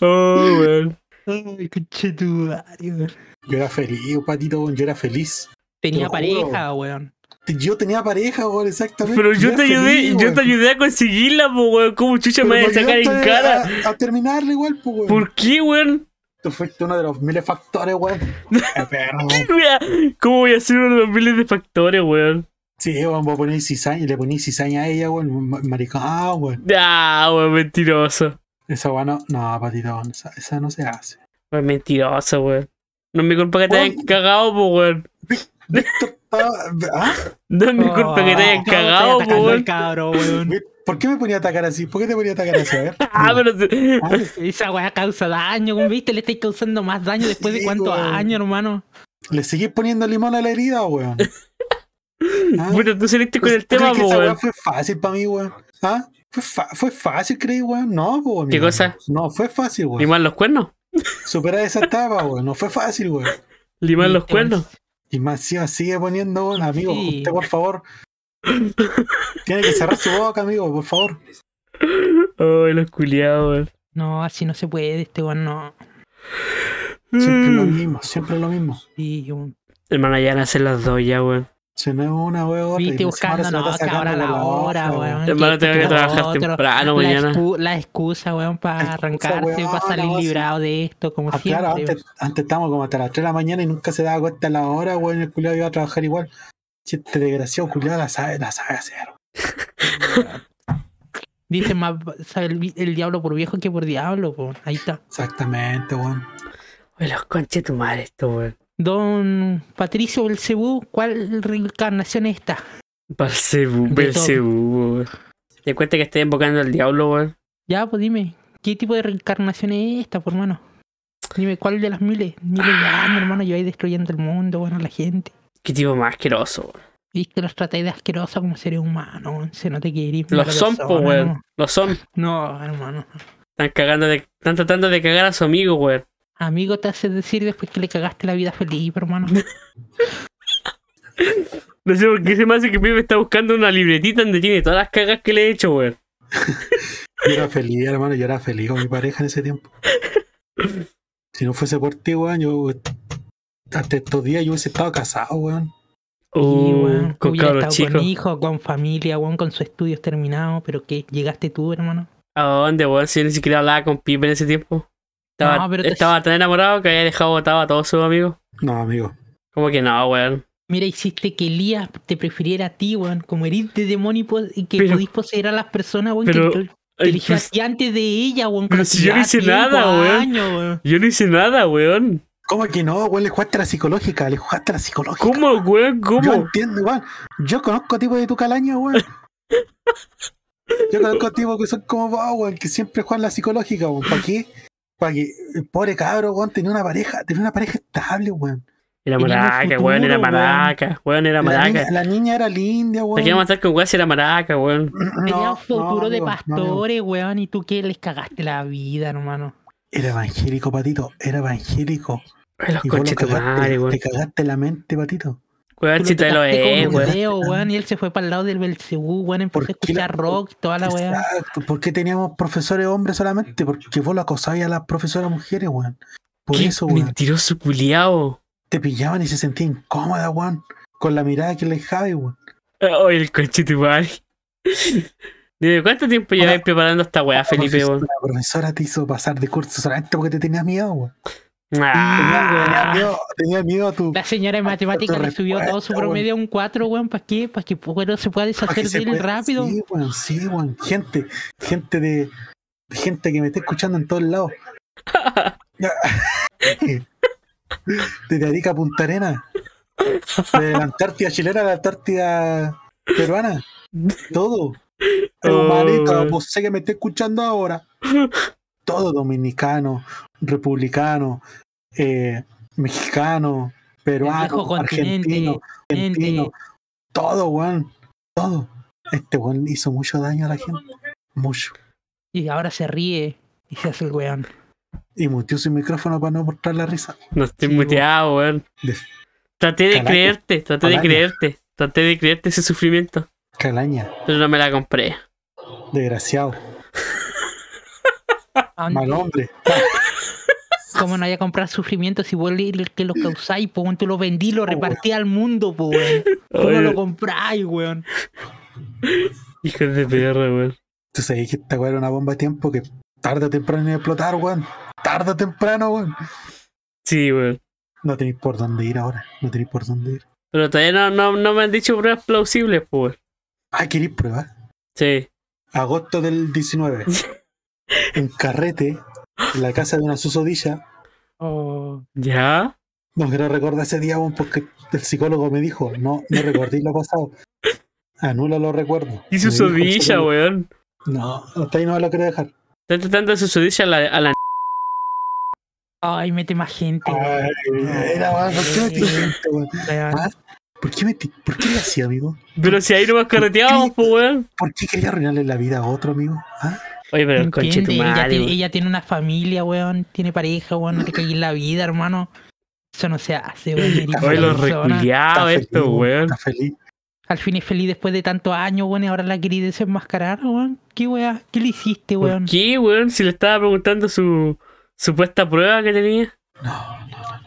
Speaker 1: Oh, weón.
Speaker 4: Ay, conchetumare, weón.
Speaker 2: Yo era feliz, patito, weón. Yo era feliz.
Speaker 4: Tenía
Speaker 2: juro.
Speaker 4: pareja, weón.
Speaker 2: Yo tenía pareja, weón, exactamente.
Speaker 1: Pero yo
Speaker 2: era
Speaker 1: te ayudé,
Speaker 2: feliz,
Speaker 1: yo
Speaker 2: weón.
Speaker 1: te ayudé a conseguirla, po, weón. ¿Cómo chucha
Speaker 2: Pero
Speaker 1: me
Speaker 2: me
Speaker 1: vas a sacar en
Speaker 2: ayudaste
Speaker 1: cara?
Speaker 2: A, a terminarle igual, pues, weón.
Speaker 1: ¿Por qué, weón?
Speaker 2: Tú fuiste uno de los miles de factores, weón.
Speaker 1: (laughs)
Speaker 2: Qué perro, weón.
Speaker 1: Wea, ¿Cómo voy a hacer uno de los miles de factores, weón?
Speaker 2: Sí, weón, vos ponés cizaña, le ponés cizaña a ella, weón. ma- Maricón, weón.
Speaker 1: Ah, weón, mentiroso.
Speaker 2: Esa weón no, no, patito, weón, esa, esa no se hace.
Speaker 1: Weón, mentiroso, weón. No es mi culpa que te
Speaker 2: Weón.
Speaker 1: hayan cagado, po, weón.
Speaker 2: Víctor Ah, ah,
Speaker 1: No es mi culpa que te
Speaker 4: Ah,
Speaker 1: hayan
Speaker 4: Oh,
Speaker 1: cagado, po, weón.
Speaker 4: Cabrón, weón.
Speaker 2: ¿Por qué me ponía a atacar así? ¿Por qué te ponía a atacar así? A
Speaker 1: (laughs)
Speaker 2: ver.
Speaker 1: Ah, pero te-
Speaker 2: Ah,
Speaker 4: Esa weá causa daño, weón. ¿Viste? Le estáis causando más daño después de
Speaker 2: Sí,
Speaker 4: cuántos
Speaker 2: weón.
Speaker 4: años, hermano.
Speaker 2: ¿Le seguís poniendo limón a la herida,
Speaker 1: (laughs)
Speaker 2: weón? Ah,
Speaker 1: puta, tú saliste con el
Speaker 2: ¿tú crees
Speaker 1: tema,
Speaker 2: que
Speaker 1: po,
Speaker 2: esa weá
Speaker 1: weón.
Speaker 2: fue fácil para mí, weón? ¿Ah? ¿Fue, fa- fue fácil, creí, weón? No, po, weón.
Speaker 1: ¿Qué cosa?
Speaker 2: No, fue fácil, weón.
Speaker 1: Limar los cuernos.
Speaker 2: Superar esa etapa, weón. No fue fácil, weón.
Speaker 1: Limar
Speaker 4: Y
Speaker 1: los
Speaker 4: te vas-
Speaker 1: cuernos.
Speaker 2: Y más encima sigue poniendo, weón. Amigo,
Speaker 4: Sí.
Speaker 2: usted, por favor. Tiene que cerrar su boca, amigo, por favor.
Speaker 1: Ay, los culiados,
Speaker 4: No, así no se puede, este weón no.
Speaker 2: Mm. Siempre lo
Speaker 4: Mm.
Speaker 1: weón.
Speaker 2: mismo, siempre lo mismo.
Speaker 4: Sí, weón.
Speaker 1: Hermana, ya van a ser las dos ya, weón.
Speaker 2: Si no es una, weón.
Speaker 4: Viste
Speaker 2: y encima ahora
Speaker 4: buscando,
Speaker 2: se lo
Speaker 4: no,
Speaker 2: está
Speaker 4: que ahora
Speaker 2: sacando
Speaker 4: la
Speaker 2: por
Speaker 4: hora,
Speaker 2: boca,
Speaker 4: weón.
Speaker 1: Hermano,
Speaker 4: que
Speaker 1: tengo que
Speaker 4: esto,
Speaker 1: trabajar
Speaker 4: lo otro.
Speaker 1: temprano
Speaker 4: La,
Speaker 1: Ah, mañana.
Speaker 4: excu- la excusa, weón, para
Speaker 2: excusa,
Speaker 4: arrancarse,
Speaker 2: weón,
Speaker 4: para salir
Speaker 2: no, sí.
Speaker 4: librado de esto, como
Speaker 2: Ah,
Speaker 4: siempre.
Speaker 2: claro,
Speaker 4: weón.
Speaker 2: antes, antes estábamos como hasta las 3 de la mañana y nunca se daba cuenta la hora, weón. El culiado iba a trabajar igual. Si este desgraciado culiado la sabe, la sabe hacer.
Speaker 4: Dice más sabe el, vi- el diablo por viejo que por diablo, po. Ahí está.
Speaker 2: Exactamente, weón.
Speaker 1: Ay, los conches tu madre, esto, weón.
Speaker 4: Don Patricio Belcebú, ¿cuál reencarnación es esta?
Speaker 1: Belcebú,
Speaker 4: De
Speaker 1: Belcebú, weón. Te cuenta que estoy invocando al diablo, weón.
Speaker 4: Ya, pues dime, ¿qué tipo de reencarnación es esta, por hermano? Dime, ¿cuál de las miles? Miles de
Speaker 2: Ah.
Speaker 4: años, hermano, yo ahí destruyendo el mundo, bueno, la gente.
Speaker 1: Qué tipo más asqueroso, weón.
Speaker 4: Y que los tratáis de asquerosos como seres humanos, weón. se nota que eres
Speaker 1: Los
Speaker 4: mala
Speaker 1: son, po,
Speaker 4: persona,
Speaker 1: weón. Los son.
Speaker 4: No, No, hermano.
Speaker 1: Están cagando de. Están tratando de cagar a su amigo, weón.
Speaker 4: Amigo, te haces decir después que le cagaste la vida feliz,
Speaker 1: (laughs)
Speaker 4: hermano.
Speaker 1: No sé por qué se me hace que Pipe está buscando una libretita donde tiene todas las cagas que le he hecho, weón.
Speaker 2: Yo era feliz, hermano. Yo era feliz con mi pareja en ese
Speaker 1: (laughs)
Speaker 2: tiempo. Si no fuese por ti, weón, yo. Hasta estos días yo hubiese estado casado, weón.
Speaker 4: Sí,
Speaker 1: Uh,
Speaker 4: weón.
Speaker 1: con
Speaker 4: Hubiera
Speaker 1: cabros
Speaker 4: estado
Speaker 1: chicos.
Speaker 4: con hijos, con familia, weón, con sus estudios terminados, pero que llegaste tú, hermano.
Speaker 1: ¿A dónde, weón? Si yo ni siquiera hablaba con Pipe en ese tiempo. Estaba,
Speaker 4: No, pero te-
Speaker 1: estaba tan enamorado que había dejado botado a todos sus amigos.
Speaker 2: No, amigo.
Speaker 1: Como que no, weón.
Speaker 4: Mira, hiciste que Elías te prefiriera a ti, weón, como herís de demonio y, po- y que
Speaker 1: Pero-
Speaker 4: podís poseer a las personas, weón,
Speaker 1: pero-
Speaker 4: que te- te
Speaker 1: Ay, pues,
Speaker 4: elegí a ti antes de ella, weón.
Speaker 1: pero
Speaker 4: como
Speaker 1: si
Speaker 4: que
Speaker 1: yo no
Speaker 4: ya
Speaker 1: hice
Speaker 4: tiempo,
Speaker 1: nada, weón.
Speaker 4: años, weón.
Speaker 1: Yo no hice nada, weón.
Speaker 2: ¿Cómo que no, weón? Le jugaste a la psicológica, le jugaste a la psicológica.
Speaker 1: ¿Cómo, weón?
Speaker 2: Yo
Speaker 1: ¿Cómo?
Speaker 2: entiendo, weón. Yo conozco tipos de tu calaña, weón. Yo conozco tipos que son como vos, weón, que siempre juegan la psicológica, weón. ¿Para qué? Para que el pobre cabro, weón, tenía una pareja, tenía una pareja estable, weón.
Speaker 1: Era
Speaker 4: Tenía un
Speaker 1: maraca, weón, era
Speaker 4: futuro, weón.
Speaker 1: maraca. Weón, era
Speaker 2: La niña,
Speaker 1: maraca.
Speaker 2: la niña era linda,
Speaker 1: Te quería
Speaker 2: weón.
Speaker 1: matar con weón si era maraca, weón.
Speaker 4: Tenía un futuro de
Speaker 2: amigo, no, amigo.
Speaker 4: pastores, weón, y tú que les cagaste la vida, hermano.
Speaker 2: Era evangélico, patito, era evangélico.
Speaker 1: Ay, los
Speaker 2: Y vos
Speaker 1: coches
Speaker 2: lo
Speaker 1: tu madre,
Speaker 2: cagaste,
Speaker 1: weón.
Speaker 2: te cagaste la mente, patito.
Speaker 1: Weón,
Speaker 4: Tú
Speaker 1: si te lo
Speaker 4: trataste como
Speaker 1: es,
Speaker 4: un
Speaker 1: weón.
Speaker 4: deo, weón, y él se fue para el lado del Belcebú, weón, empezó
Speaker 2: ¿Por
Speaker 4: a
Speaker 2: qué la-
Speaker 4: escuchar rock, toda la weón.
Speaker 2: Exacto. ¿Por qué teníamos profesores hombres solamente? Porque vos lo acosabas a las profesoras mujeres, weón. Por
Speaker 1: Qué
Speaker 2: eso, weón.
Speaker 1: mentiroso culiao.
Speaker 2: te pillaban y se sentía incómoda, weón. Con la mirada que le dejaba, weón.
Speaker 1: Ay, el coche tu madre. Dime, ¿cuánto tiempo
Speaker 2: Hola.
Speaker 1: lleváis preparando esta weá, Felipe,
Speaker 2: la
Speaker 1: weón?
Speaker 2: profesora, la profesora te hizo pasar de curso solamente porque te tenía miedo, weón. Tenía, tenía
Speaker 1: Ah,
Speaker 2: miedo, tenía miedo a tu.
Speaker 4: La señora de matemáticas
Speaker 2: tu
Speaker 4: le subió todo su
Speaker 2: respuesta,
Speaker 4: promedio a un 4, weón, ¿para qué? Para que pues, bueno, se pueda
Speaker 2: para que
Speaker 4: deshacer
Speaker 2: se
Speaker 4: de él
Speaker 2: pueda-
Speaker 4: rápido.
Speaker 2: Sí, weón, sí, weón. Gente, gente de. Gente que me está escuchando en todos lados.
Speaker 4: (laughs)
Speaker 2: Desde Arica a Punta Arena. De la Antártida chilena a la Antártida peruana. Todo. Hermanita,
Speaker 1: Oh.
Speaker 2: vos sé que me está escuchando ahora. Todo dominicano, republicano, eh, mexicano,
Speaker 4: viejo
Speaker 2: peruano,
Speaker 4: continente,
Speaker 2: argentino, argentino. Todo, weón. Todo. Este weón hizo mucho daño a la gente. Mucho.
Speaker 4: Y ahora se ríe y se hace el weón.
Speaker 2: Y mutió su micrófono para no mostrar la risa.
Speaker 1: no estoy
Speaker 4: Sí,
Speaker 1: muteado, weón.
Speaker 2: De-
Speaker 1: Traté de
Speaker 2: Calaña.
Speaker 1: creerte, traté de
Speaker 2: Calaña.
Speaker 1: creerte. Traté de creerte ese sufrimiento,
Speaker 2: Calaña,
Speaker 1: pero no me la compré.
Speaker 2: desgraciado,
Speaker 4: ¿A dónde-
Speaker 2: mal hombre.
Speaker 4: Ah, ¿Cómo no haya comprar sufrimiento si vos eres el que lo causáis, po, weón? Tú lo vendí, lo repartí al mundo, po, weón. Tú no
Speaker 1: Oye.
Speaker 4: lo compráis, weón.
Speaker 1: Hijo de perra, weón.
Speaker 2: Tú sabes que esta weá era una bomba de tiempo que tarde o temprano iba a explotar, weón. Tarde o temprano, weón.
Speaker 1: Sí, weón.
Speaker 2: No tenéis por dónde ir ahora. No tenéis por dónde ir.
Speaker 1: Pero todavía no, no, no me han dicho pruebas plausibles, po, weón.
Speaker 2: Ah, queréis pruebas.
Speaker 1: Sí.
Speaker 2: Agosto del 19. En carrete, en la casa de una susodilla,
Speaker 4: Oh,
Speaker 1: ¿Ya?
Speaker 2: No quiero recordar ese día, weón, porque el psicólogo me dijo, no, no recordéis lo pasado. Anula los recuerdos.
Speaker 1: Y
Speaker 2: Me dijo el
Speaker 1: susodilla,
Speaker 2: psicólogo.
Speaker 1: weón.
Speaker 2: No, hasta ahí no me lo quiero dejar.
Speaker 1: Están tratando de susodilla a la, a la
Speaker 4: Ay, mete más gente.
Speaker 2: Ay, era, weón, ¿por qué metí gente, weón?
Speaker 4: weón.
Speaker 2: Ah, ¿Por qué metí? ¿Por qué le hacía, amigo?
Speaker 1: Pero si ahí nomás carreteábamos, pues, weón.
Speaker 2: ¿Por qué quería arruinarle la vida a otro, amigo? ¿Ah?
Speaker 1: Oye, pero el conche
Speaker 4: Entiende,
Speaker 1: tu
Speaker 4: ella,
Speaker 1: madre,
Speaker 4: tiene,
Speaker 1: weón.
Speaker 4: ella tiene una familia, weón. Tiene pareja, weón. No te caí en la vida, hermano. Eso no se hace, weón. eres
Speaker 2: Está
Speaker 1: (laughs) Oye,
Speaker 2: feliz,
Speaker 1: los
Speaker 4: persona.
Speaker 1: reculiados
Speaker 2: Está
Speaker 1: estos,
Speaker 2: feliz,
Speaker 1: weón.
Speaker 2: Está feliz.
Speaker 4: Al fin es feliz después de tantos años, weón. Y ahora la querí desenmascarar, weón. ¿Qué weón? ¿Qué le hiciste,
Speaker 1: ¿Por
Speaker 4: weón?
Speaker 1: qué, weón? Si le estaba preguntando su supuesta prueba que tenía.
Speaker 2: No, no, no.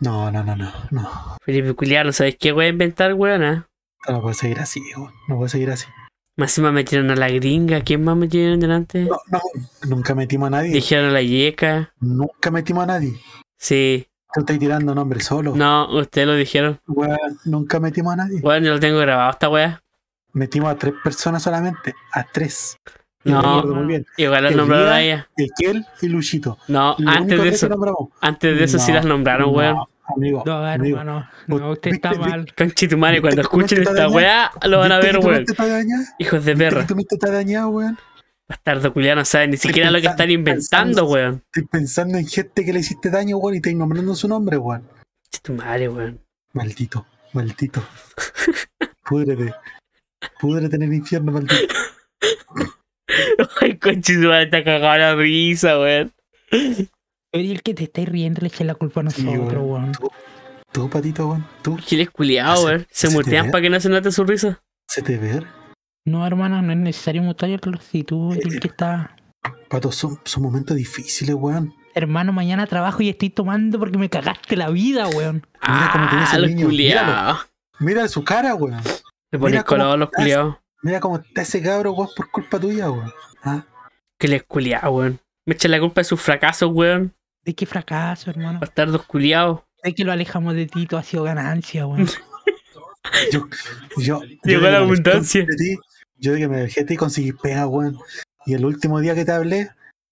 Speaker 2: No, no, no, no, no.
Speaker 1: Felipe culiado, no sabes qué voy a inventar, weón, ah?
Speaker 2: No puede seguir así, weón. No puede seguir así.
Speaker 1: Más encima metieron a la gringa. ¿Quién más metieron delante?
Speaker 2: No, no, nunca metimos a nadie.
Speaker 1: Dijeron a la yeca.
Speaker 2: Nunca metimos a nadie.
Speaker 1: Sí.
Speaker 2: Tú estás tirando nombres solo.
Speaker 1: No, ustedes lo dijeron.
Speaker 2: Weón, nunca metimos a nadie.
Speaker 1: Bueno, yo lo tengo grabado esta weá.
Speaker 2: Metimos a tres personas solamente. A tres. Y
Speaker 1: No.
Speaker 2: recuerdo muy bien.
Speaker 1: Igual las
Speaker 2: El
Speaker 1: nombraron
Speaker 2: día-
Speaker 1: a ella.
Speaker 2: Ezequiel y Luchito.
Speaker 1: No,
Speaker 2: Los
Speaker 1: antes
Speaker 2: únicos
Speaker 1: de
Speaker 2: tres que
Speaker 1: eso.
Speaker 2: nombramos.
Speaker 1: Antes de eso sí
Speaker 2: No,
Speaker 1: las nombraron,
Speaker 2: no,
Speaker 1: weón.
Speaker 2: Amigo,
Speaker 4: No,
Speaker 2: amigo.
Speaker 4: hermano. No, usted
Speaker 2: ¿Viste-
Speaker 4: está
Speaker 2: viste-
Speaker 4: mal.
Speaker 1: Conchitumare,
Speaker 2: ¿Viste
Speaker 1: cuando
Speaker 2: cómo
Speaker 1: escuchen
Speaker 2: está
Speaker 1: esta
Speaker 2: dañado?
Speaker 1: weá, lo van a
Speaker 2: ¿Viste
Speaker 1: ver,
Speaker 2: que tu
Speaker 1: weón.
Speaker 2: mente está dañada?
Speaker 1: (laughs) Hijos
Speaker 2: ¿Viste
Speaker 1: de
Speaker 2: que (laughs)
Speaker 1: perra.
Speaker 2: tu mente está dañada, weón?
Speaker 1: Bastardo culiado, no saben ni siquiera lo que
Speaker 2: pensando-
Speaker 1: están inventando, weón.
Speaker 2: Estoy pensando en gente que le hiciste daño, weón, y estáis nombrando su nombre, weón.
Speaker 1: Conchitumare, weón. (laughs)
Speaker 2: Maldito, maldito. Púdrete. Púdrete en el infierno, maldito.
Speaker 1: Ay, conchitumare, está cagado la risa, weón.
Speaker 4: Oye, el que te estáis riendo le eché la culpa a
Speaker 2: Sí,
Speaker 4: nosotros,
Speaker 2: weón.
Speaker 4: weón.
Speaker 2: Tú, patito, weón. Tú,
Speaker 1: Giles culiado,
Speaker 2: Se-
Speaker 1: weón. Se
Speaker 2: se te
Speaker 1: mutean
Speaker 2: ve.
Speaker 1: para que no se note su risa.
Speaker 2: se te ve.
Speaker 4: No, hermano, no es necesario mutarlo si
Speaker 1: Eh.
Speaker 4: tú eres el que está.
Speaker 2: Pato, son, son momentos difíciles, weón.
Speaker 4: Hermano, mañana trabajo y estoy tomando porque me cagaste la vida, weón.
Speaker 2: Mira cómo tiene
Speaker 1: Ah,
Speaker 2: ese
Speaker 1: los
Speaker 2: niño,
Speaker 1: culiados.
Speaker 2: Mira su cara, weón.
Speaker 1: Le ponen
Speaker 2: Mira cómo
Speaker 1: color a los
Speaker 2: estás.
Speaker 1: culiados.
Speaker 2: Mira cómo está ese cabro, weón, por culpa tuya, weón. Ah,
Speaker 1: Que les culiado, weón. Me echan la culpa de sus fracasos, weón.
Speaker 4: De qué fracaso, hermano.
Speaker 1: Bastardos culiados.
Speaker 4: De que lo alejamos de ti, todo ha sido
Speaker 1: (laughs)
Speaker 4: ganancia, weón.
Speaker 2: yo, yo. yo
Speaker 1: Llegó
Speaker 2: que
Speaker 1: la
Speaker 2: me alejé
Speaker 1: abundancia.
Speaker 2: de ti, yo de que me dejé de ti conseguí pega, weón. Y el último día que te hablé,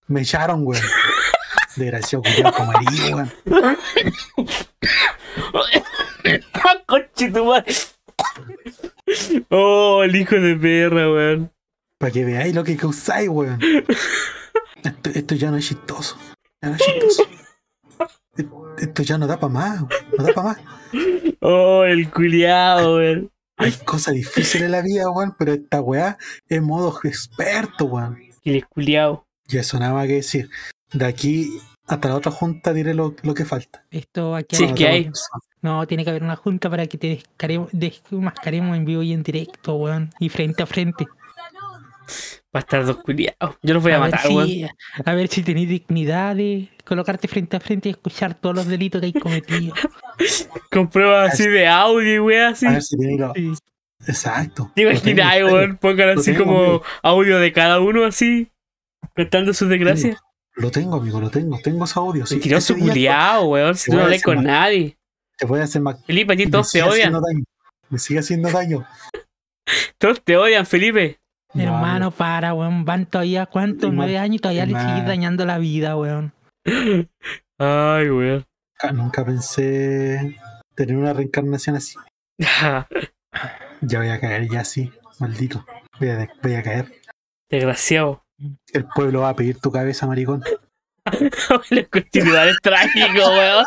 Speaker 2: me echaron,
Speaker 1: (laughs)
Speaker 2: weón. Desgraciado, culiao, como herido, weón.
Speaker 1: ¡Ah, conche tu madre! Oh, el hijo de perra, weón.
Speaker 2: Para que veáis lo que causáis, weón. Esto, esto ya no es chistoso. Ya no es chistoso. E- Esto ya no da para más, weón, no da para más.
Speaker 1: Oh, el culiado, weón.
Speaker 2: Hay cosas difíciles en la vida, weón, pero esta weá es modo experto, weón.
Speaker 1: Que les culiado.
Speaker 2: Y eso nada más que decir. De aquí hasta la otra junta diré lo, lo que falta.
Speaker 4: Esto aquí
Speaker 1: Sí,
Speaker 4: hay-
Speaker 1: es que hay.
Speaker 4: No, tiene que haber una junta para que te descare- desmascaremos en vivo y en directo, weón. Y frente a frente.
Speaker 1: Bastardos culiados. Yo los voy a, matar,
Speaker 4: ver
Speaker 1: weón.
Speaker 4: si, a ver si tenés dignidad de colocarte frente a frente y escuchar todos los delitos que
Speaker 1: (laughs)
Speaker 4: hay cometido.
Speaker 1: Con pruebas así de audio, weón, así.
Speaker 2: A ver si tiene lo-
Speaker 4: Sí.
Speaker 2: Exacto.
Speaker 1: ¿Te (laughs) imaginas,
Speaker 2: Lo tengo,
Speaker 1: weón? Pongan
Speaker 2: Lo
Speaker 1: así
Speaker 2: tengo,
Speaker 1: como
Speaker 2: amigo.
Speaker 1: audio de cada uno, así. Cantando sus desgracias.
Speaker 2: Lo tengo, amigo, lo tengo. Tengo ese audio. sí.
Speaker 1: Mentiroso
Speaker 2: Ese día
Speaker 1: culiado, weón. Si
Speaker 2: Te
Speaker 1: tú no
Speaker 2: voy a
Speaker 1: hablé con
Speaker 2: decir,
Speaker 1: nadie.
Speaker 2: Te voy a hacer más.
Speaker 1: Felipe, a ti todos te
Speaker 2: sigue
Speaker 1: odian.
Speaker 2: haciendo daño. Me sigue haciendo daño.
Speaker 1: Todos te odian, Felipe.
Speaker 2: No,
Speaker 4: hermano,
Speaker 2: amigo.
Speaker 4: para, weón. Van todavía, ¿cuántos?
Speaker 2: Hermano,
Speaker 4: Nueve años y todavía le
Speaker 2: hermano.
Speaker 4: sigues dañando la vida, weón.
Speaker 1: Ay, weón.
Speaker 2: Nunca, nunca pensé tener una reencarnación así. Ya voy a caer, ya sí. Maldito. Voy a, de- voy a caer.
Speaker 1: (laughs) Desgraciado.
Speaker 2: El pueblo va a pedir tu cabeza, maricón.
Speaker 1: Los continuidades trágicos, weón.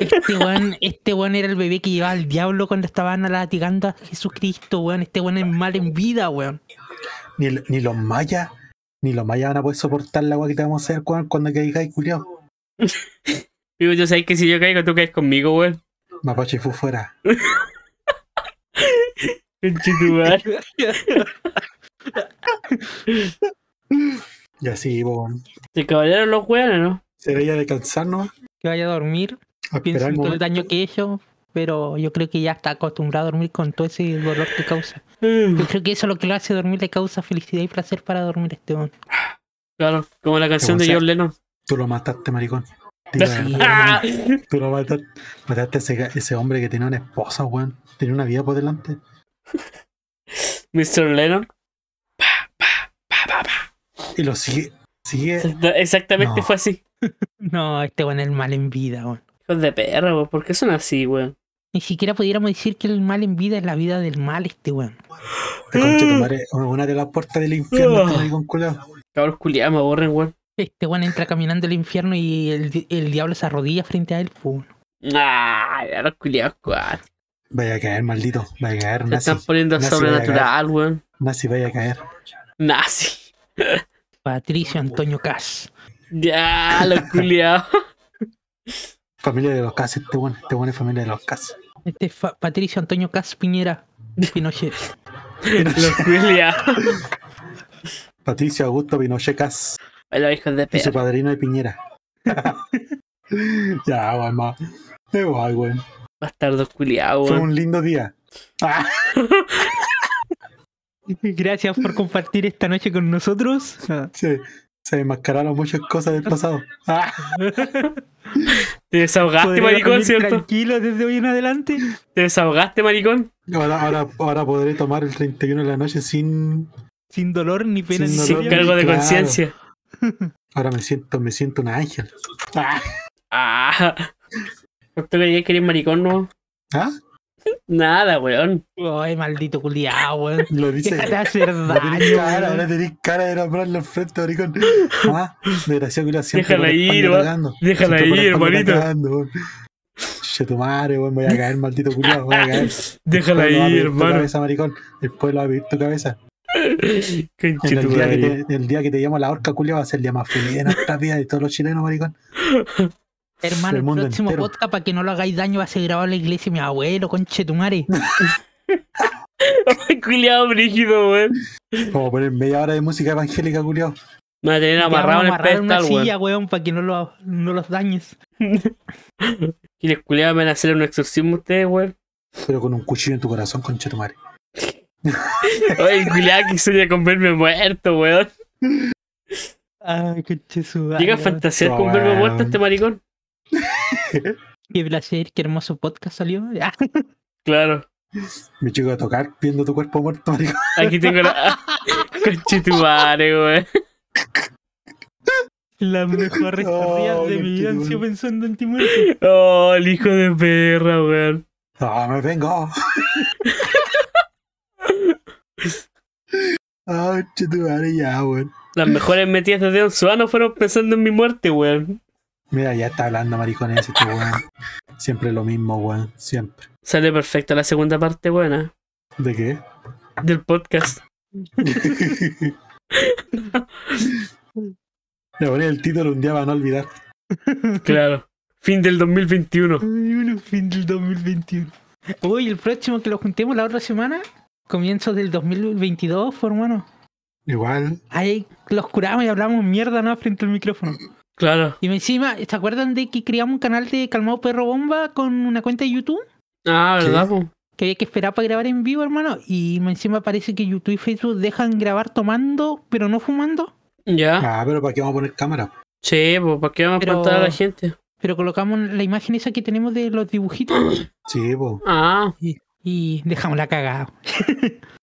Speaker 4: Este weón, este weón era el bebé que llevaba al diablo cuando estaban latigando a Jesucristo, weón. Este weón es mal en vida, weón.
Speaker 2: Ni, lo- ni los mayas. Ni los mayas van a poder soportar la agua que te vamos a hacer cuando, cuando caigáis, culiao.
Speaker 1: Digo, yo sé que si yo caigo, tú caes conmigo, weón.
Speaker 2: Mapache fu fuera.
Speaker 1: Conchetumare.
Speaker 2: Y así, weón.
Speaker 1: Se caballaron los
Speaker 2: (laughs)
Speaker 1: weones, ¿no?
Speaker 2: Será ya de cansarnos.
Speaker 4: Que vaya a dormir.
Speaker 2: A
Speaker 4: pienso
Speaker 2: esperar el
Speaker 4: en todo el
Speaker 2: momento.
Speaker 4: daño que he hecho, pero yo creo que ya está acostumbrado a dormir con todo ese dolor que causa. Yo creo que eso es lo que lo hace dormir, le causa felicidad y placer para dormir este hombre.
Speaker 1: Claro, como la canción de
Speaker 2: Como sea.
Speaker 1: John Lennon.
Speaker 2: Tú lo mataste, maricón. Dile la verdad.
Speaker 1: (laughs) Ah,
Speaker 2: Tú lo mataste, mataste a ese, ga- ese hombre que tenía una esposa, weón. Tenía una vida por delante.
Speaker 1: Mr. Lennon.
Speaker 2: Y lo sigue. Sigue.
Speaker 1: Exacta- Exactamente
Speaker 2: No.
Speaker 1: fue así.
Speaker 4: No, este weón es el mal en vida, weón.
Speaker 1: Hijos de perra, weón. ¿Por qué son así, weón?
Speaker 4: Ni siquiera pudiéramos decir que el mal en vida es la vida del mal, este weón.
Speaker 2: Este conchetumare es una de las puertas del infierno. este maricón culiao.
Speaker 1: Cabros culiados me aburren, weón.
Speaker 4: Este weón entra caminando al infierno y el, di- el diablo se arrodilla frente a él. pu.
Speaker 1: Ah, cabros culiados, weón.
Speaker 2: Vaya a caer, maldito. Vaya a caer,
Speaker 1: Se
Speaker 2: nazi.
Speaker 1: están poniendo
Speaker 2: nazi,
Speaker 1: sobrenatural, weón.
Speaker 2: Nazi, vaya a caer.
Speaker 1: Nazi.
Speaker 4: Patricio Antonio Cas.
Speaker 1: Ya, los culiados.
Speaker 2: (laughs) Familia de los Cas, este bueno. Este bueno es familia de los Cas.
Speaker 4: Este es Fa- Patricio Antonio Cas Piñera. Pinochet.
Speaker 1: los culiados.
Speaker 2: Patricio Augusto Pinochet Cas.
Speaker 1: Los hijos de
Speaker 2: Y su
Speaker 1: perra.
Speaker 2: padrino de Piñera. (laughs) ya, weón, ma. Da igual, weón.
Speaker 1: Bastardos culiados,
Speaker 2: Fue
Speaker 1: weón.
Speaker 2: un lindo día. Ah,
Speaker 4: (laughs)
Speaker 2: (laughs)
Speaker 4: Gracias por compartir esta noche con nosotros.
Speaker 2: se, se desmascararon muchas cosas del pasado. Ah,
Speaker 1: Te desahogaste,
Speaker 4: Podré
Speaker 1: maricón,
Speaker 4: dormir
Speaker 1: ¿cierto?
Speaker 4: Tranquilo desde hoy en adelante.
Speaker 1: Te desahogaste, maricón.
Speaker 2: ahora, ahora, ahora podré tomar el 31 de la noche sin.
Speaker 4: Sin dolor ni pena
Speaker 2: Sin
Speaker 4: ni
Speaker 2: dolor
Speaker 1: Sin
Speaker 2: ni-
Speaker 4: gloria.
Speaker 1: cargo de
Speaker 2: claro.
Speaker 1: conciencia.
Speaker 2: Ahora me siento, me siento un ángel. Ah,
Speaker 1: Ah. ¿No te creías que eres maricón, no?
Speaker 2: ah,
Speaker 1: Nada, weón.
Speaker 4: Ay, maldito culiao, weón.
Speaker 2: lo dice.
Speaker 4: Déjate hacer
Speaker 2: No tenés cara,
Speaker 4: daño.
Speaker 2: no
Speaker 4: weón.
Speaker 2: tenés cara de nombrarlo al frente, maricón. Ah, desgraciado que lo
Speaker 1: Déjala ir, weón. Déjala ir, hermanito.
Speaker 2: Che, tu madre, weón, voy a caer, maldito culiado, voy a caer.
Speaker 1: (laughs) Déjala
Speaker 2: El pueblo va a
Speaker 1: ir,
Speaker 2: pedir Tu
Speaker 1: hermano.
Speaker 2: cabeza, maricón. El pueblo va a pedir tu cabeza. En el, día
Speaker 1: Conchetumare. (laughs)
Speaker 2: que te, el día que te llamo la horca, culiao, va a ser el día más feliz de nuestra vida de todos los chilenos, maricón.
Speaker 4: Hermano,
Speaker 2: del
Speaker 4: el
Speaker 2: mundo
Speaker 4: próximo
Speaker 2: entero.
Speaker 4: podcast para que no lo hagáis daño va a ser grabado en la iglesia de mi abuelo, conchetumare.
Speaker 1: Culiado brígido, weón.
Speaker 2: Vamos a poner media hora de música evangélica, culiao.
Speaker 1: Me va a tener
Speaker 4: Te vamos a
Speaker 1: amarrado en el
Speaker 4: amarrar en una
Speaker 1: pedestal, weón.
Speaker 4: silla, weón, para que no, lo, no los dañes.
Speaker 1: Y les culiados me van a hacer un exorcismo a ustedes, weón.
Speaker 2: Pero con un cuchillo en tu corazón, concha tu madre.
Speaker 1: Oye, culiado que sueña con verme muerto, weón.
Speaker 4: Ay, conchetumare.
Speaker 1: Llega a
Speaker 4: weón.
Speaker 1: fantasear con verme
Speaker 2: Weón.
Speaker 1: muerto este maricón.
Speaker 4: Qué placer, qué hermoso podcast salió. (laughs) Ah,
Speaker 1: Claro.
Speaker 2: Me chico a tocar viendo tu cuerpo muerto, maricón.
Speaker 1: Aquí tengo
Speaker 4: (laughs)
Speaker 1: la. (laughs) Conchetumare, weón.
Speaker 4: Las mejores
Speaker 2: Oh,
Speaker 4: corridas de mi vida han
Speaker 2: conchetumare.
Speaker 4: sido pensando en ti muerto.
Speaker 1: Oh, el hijo de perra, weón.
Speaker 2: Ah, me
Speaker 1: (laughs)
Speaker 2: vengo. Ah, concha tu madre, ya, weón.
Speaker 1: Las mejores metidas de Deon Suano fueron pensando en mi muerte, weón.
Speaker 2: Mira, ya está hablando maricones este weón. Siempre lo mismo, weón. Siempre.
Speaker 1: Sale perfecta la segunda parte buena
Speaker 2: ¿De
Speaker 1: (laughs)
Speaker 2: qué?
Speaker 1: del podcast.
Speaker 2: Le poní el título un día para no olvidar.
Speaker 1: Claro. Fin del 2021.
Speaker 4: Ay, bueno, fin del 2021. Uy, el próximo que lo juntemos la otra semana, comienzos del 2022, fue pues, hermano.
Speaker 2: Igual.
Speaker 4: Ahí los curamos y hablamos mierda, ¿no? Frente al micrófono.
Speaker 1: Claro.
Speaker 4: Y encima, ¿se acuerdan de que creamos un canal de Calmado Perro Bomba con una cuenta de YouTube?
Speaker 1: Ah, ¿verdad, po?
Speaker 4: Que había que esperar para grabar en vivo, hermano. Y encima parece que YouTube y Facebook dejan grabar tomando, pero no fumando.
Speaker 1: Ya.
Speaker 2: Ah, pero ¿para qué vamos a poner cámara?
Speaker 1: Sí, pues, ¿para qué vamos
Speaker 4: Pero-
Speaker 1: a contar a la gente?
Speaker 4: Pero colocamos la imagen esa que tenemos de los dibujitos
Speaker 2: (gasps) Sí, po.
Speaker 1: Ah,
Speaker 4: y dejamos la cagada.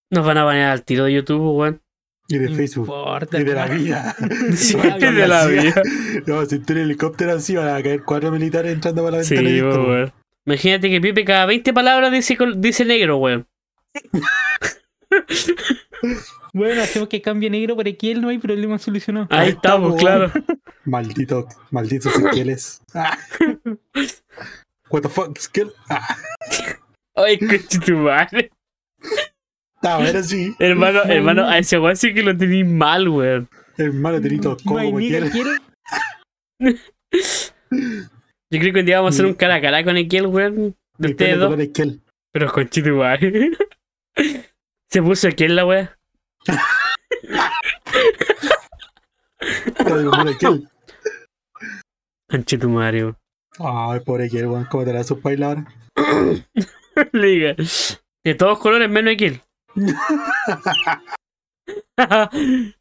Speaker 1: nos van a banear al tiro de YouTube, weón.
Speaker 2: Y de
Speaker 4: No
Speaker 2: Facebook.
Speaker 4: importa,
Speaker 2: Y de la
Speaker 4: hermano.
Speaker 2: vida.
Speaker 1: (laughs) Mm.
Speaker 2: (laughs)
Speaker 1: Sí,
Speaker 4: la vida.
Speaker 1: de la vida.
Speaker 2: No, si tú en helicóptero así van a caer cuatro militares entrando por la
Speaker 1: Sí,
Speaker 2: ventana. y esto,
Speaker 1: po,
Speaker 2: weón.
Speaker 1: weón. Imagínate que Pipe cada 20 palabras dice, col- dice negro, weón.
Speaker 4: (laughs) Bueno, hacemos que cambie negro por aquí, él no hay problema solucionado.
Speaker 1: Ahí,
Speaker 2: Ahí
Speaker 1: estamos,
Speaker 2: estamos,
Speaker 1: claro.
Speaker 2: Maldito, malditos Ezequieles. Ah. What the fuck, Ezequiel? Ah,
Speaker 1: (laughs) Ay, (laughs) conchetumare.
Speaker 2: está bueno, Ah, sí.
Speaker 1: Hermano,
Speaker 4: Ay.
Speaker 1: hermano, a ese weón sí que lo tenéis mal, weón.
Speaker 2: Hermano, tenito,
Speaker 4: No
Speaker 2: como
Speaker 4: hay
Speaker 2: me
Speaker 4: nigga
Speaker 2: quieres.
Speaker 1: (laughs)
Speaker 4: quiere.
Speaker 1: Yo creo que un día vamos a hacer un cara a cara con Ezequiel, weón. De
Speaker 2: Mi
Speaker 1: ustedes
Speaker 2: pene
Speaker 1: dos.
Speaker 2: tocar Ezequiel.
Speaker 1: Pero conchetumare. (laughs) Se puso aquí en la weá.
Speaker 2: Todo el mundo Ezequiel.
Speaker 1: Conchetumare, (laughs) weón.
Speaker 2: Ay, pobre Ezequiel, weón, ¿cómo te la sus bailar?
Speaker 1: Liga. De todos colores menos Ezequiel. (laughs) Ah, Soy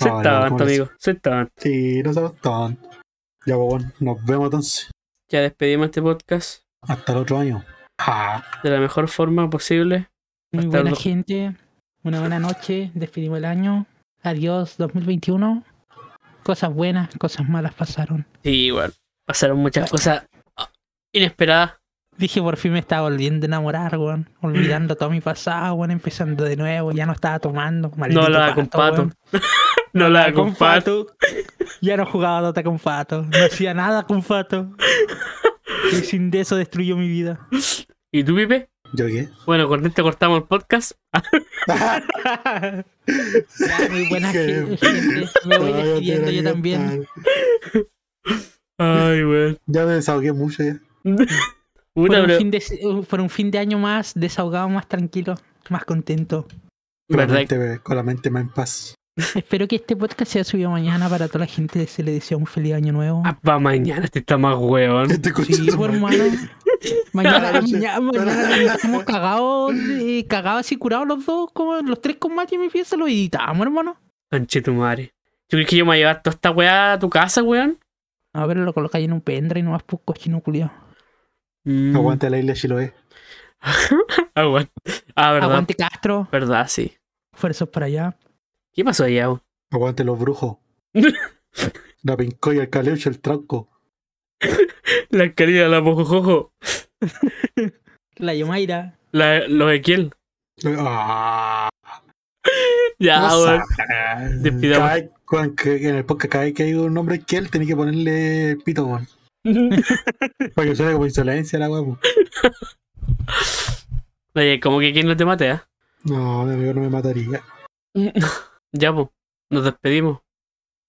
Speaker 2: Ay, no,
Speaker 1: tonto,
Speaker 2: ¿cómo les-
Speaker 1: amigo. Soy tonto.
Speaker 2: Sí, no somos tan. Ya, weón, nos vemos entonces.
Speaker 1: Ya despedimos este podcast
Speaker 2: Hasta el otro año. Ja.
Speaker 1: de la mejor forma posible.
Speaker 4: Muy
Speaker 1: Hasta
Speaker 4: buena
Speaker 1: luego.
Speaker 4: gente, una buena noche, despedimos el año. Adiós 2021. Cosas buenas, cosas malas pasaron.
Speaker 1: Sí, weón. Pasaron muchas cosas ah, inesperadas.
Speaker 4: Dije, por fin me estaba volviendo a enamorar, weón. Olvidando todo mi pasado, weón. Empezando de nuevo. Ya no estaba tomando.
Speaker 1: No la con pato.
Speaker 4: weón.
Speaker 1: (laughs) No la con
Speaker 4: con
Speaker 1: pato.
Speaker 4: Fato. Ya no jugaba Dota con Fato. No hacía nada con
Speaker 1: (laughs)
Speaker 4: Fato. Y sin de eso destruyó mi vida.
Speaker 1: ¿Y tú, Pipe?
Speaker 2: ¿Yo qué?
Speaker 1: Bueno, con esto cortamos el podcast.
Speaker 4: Ya, muy buena
Speaker 2: Qué
Speaker 4: gente. gente. Me voy despidiendo yo también.
Speaker 1: Ay, weón.
Speaker 2: Ya me desahogué mucho ya.
Speaker 4: Por
Speaker 1: Puta,
Speaker 4: un,
Speaker 1: pero.
Speaker 4: fin de, por un fin de año más desahogado, más tranquilo, más contento.
Speaker 2: Con la,
Speaker 1: ¿Verdad?
Speaker 2: mente, con la mente más en paz. (laughs)
Speaker 4: Espero que este podcast sea subido mañana para toda la gente. Se le desea un feliz año nuevo.
Speaker 1: Ah, pa' mañana este está más weón.
Speaker 2: Este coche
Speaker 4: Sí, (laughs)
Speaker 2: de tu
Speaker 4: pues,
Speaker 2: madre.
Speaker 4: hermano. Mañana,
Speaker 2: Noche.
Speaker 4: mañana, mañana estamos cagados, eh, cagados y curados los dos, como los tres con Mati en mi fiesta, lo editamos, hermano.
Speaker 1: Canche tu madre. ¿Tú crees que yo me voy a llevar toda esta weá a tu casa, weón?
Speaker 4: A ver, lo colocáis en un pendrive y nomás pues cochino culiao.
Speaker 1: Mm,
Speaker 2: Aguante la isla eh. Chiloé.
Speaker 1: aguante. Ah, verdad.
Speaker 4: Aguante Castro,
Speaker 1: Verdad, sí.
Speaker 4: fuerzas para allá.
Speaker 1: ¿Qué pasó allá, weón?
Speaker 2: Aguante los
Speaker 1: (laughs)
Speaker 2: brujos. la pincoya, el caleucho, el tranco.
Speaker 1: La querida, la mojojojo.
Speaker 4: La Yomaira.
Speaker 1: La, los Equiel.
Speaker 2: Ah,
Speaker 1: Ya,
Speaker 2: no
Speaker 1: weón.
Speaker 2: sabe.
Speaker 1: Despidamos.
Speaker 2: Cada vez- Juan, que en el podcast, cada vez que hay un nombre que él, tenía que ponerle pito,
Speaker 1: (laughs)
Speaker 2: weón. Para que suene como insolencia la weón.
Speaker 1: Oye, como que quien no te mate, ¿ah?
Speaker 2: No, mi amigo no me
Speaker 1: (laughs)
Speaker 2: mataría.
Speaker 1: Ya, pues. Nos despedimos.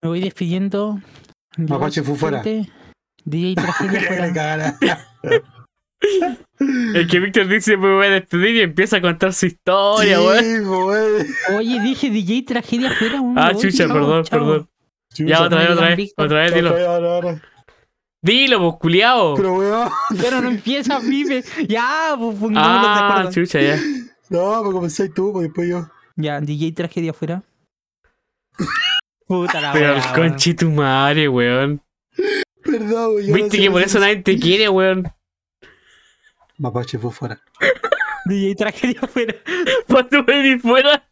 Speaker 4: Me voy despidiendo. Dios,
Speaker 2: Mapache fue fuera.
Speaker 4: gente.
Speaker 2: (laughs)
Speaker 4: DJ Tragedia
Speaker 2: Mira,
Speaker 1: (laughs)
Speaker 4: fuera.
Speaker 2: cara.
Speaker 1: El que Víctor dice me voy a despedir y empieza a contar su historia,
Speaker 2: Sí,
Speaker 1: weón.
Speaker 2: weón.
Speaker 4: Oye, dije DJ Tragedia fuera. un
Speaker 1: Ah,
Speaker 4: voy,
Speaker 1: chucha,
Speaker 4: chao,
Speaker 1: perdón,
Speaker 4: chao.
Speaker 1: perdón. Ya,
Speaker 2: Chucha,
Speaker 1: otra vez,
Speaker 4: no
Speaker 1: otra
Speaker 4: digan
Speaker 1: vez.
Speaker 4: Víctor.
Speaker 1: Otra vez, dilo.
Speaker 2: otra vez, otra vez.
Speaker 1: Dilo, pues, culiao.
Speaker 2: Pero weón.
Speaker 4: Pero no empieza, vive. Ya, pues pongámonos de
Speaker 1: Ah,
Speaker 4: acuerdo.
Speaker 1: chucha, ya.
Speaker 2: No, pues comencé tú, pues después yo.
Speaker 4: Ya, DJ Tragedia fuera. Puta la
Speaker 1: Pero
Speaker 4: wea,
Speaker 1: el
Speaker 4: wea.
Speaker 1: conchitumare, weón.
Speaker 2: Perdón, weón. yo no
Speaker 1: Viste
Speaker 2: sé
Speaker 1: que por
Speaker 2: hacer
Speaker 1: eso nadie te quiere, weón. (laughs)
Speaker 2: Mapache fue fuera.
Speaker 4: DJ Tragedia fuera.
Speaker 1: Para tú venir fuera.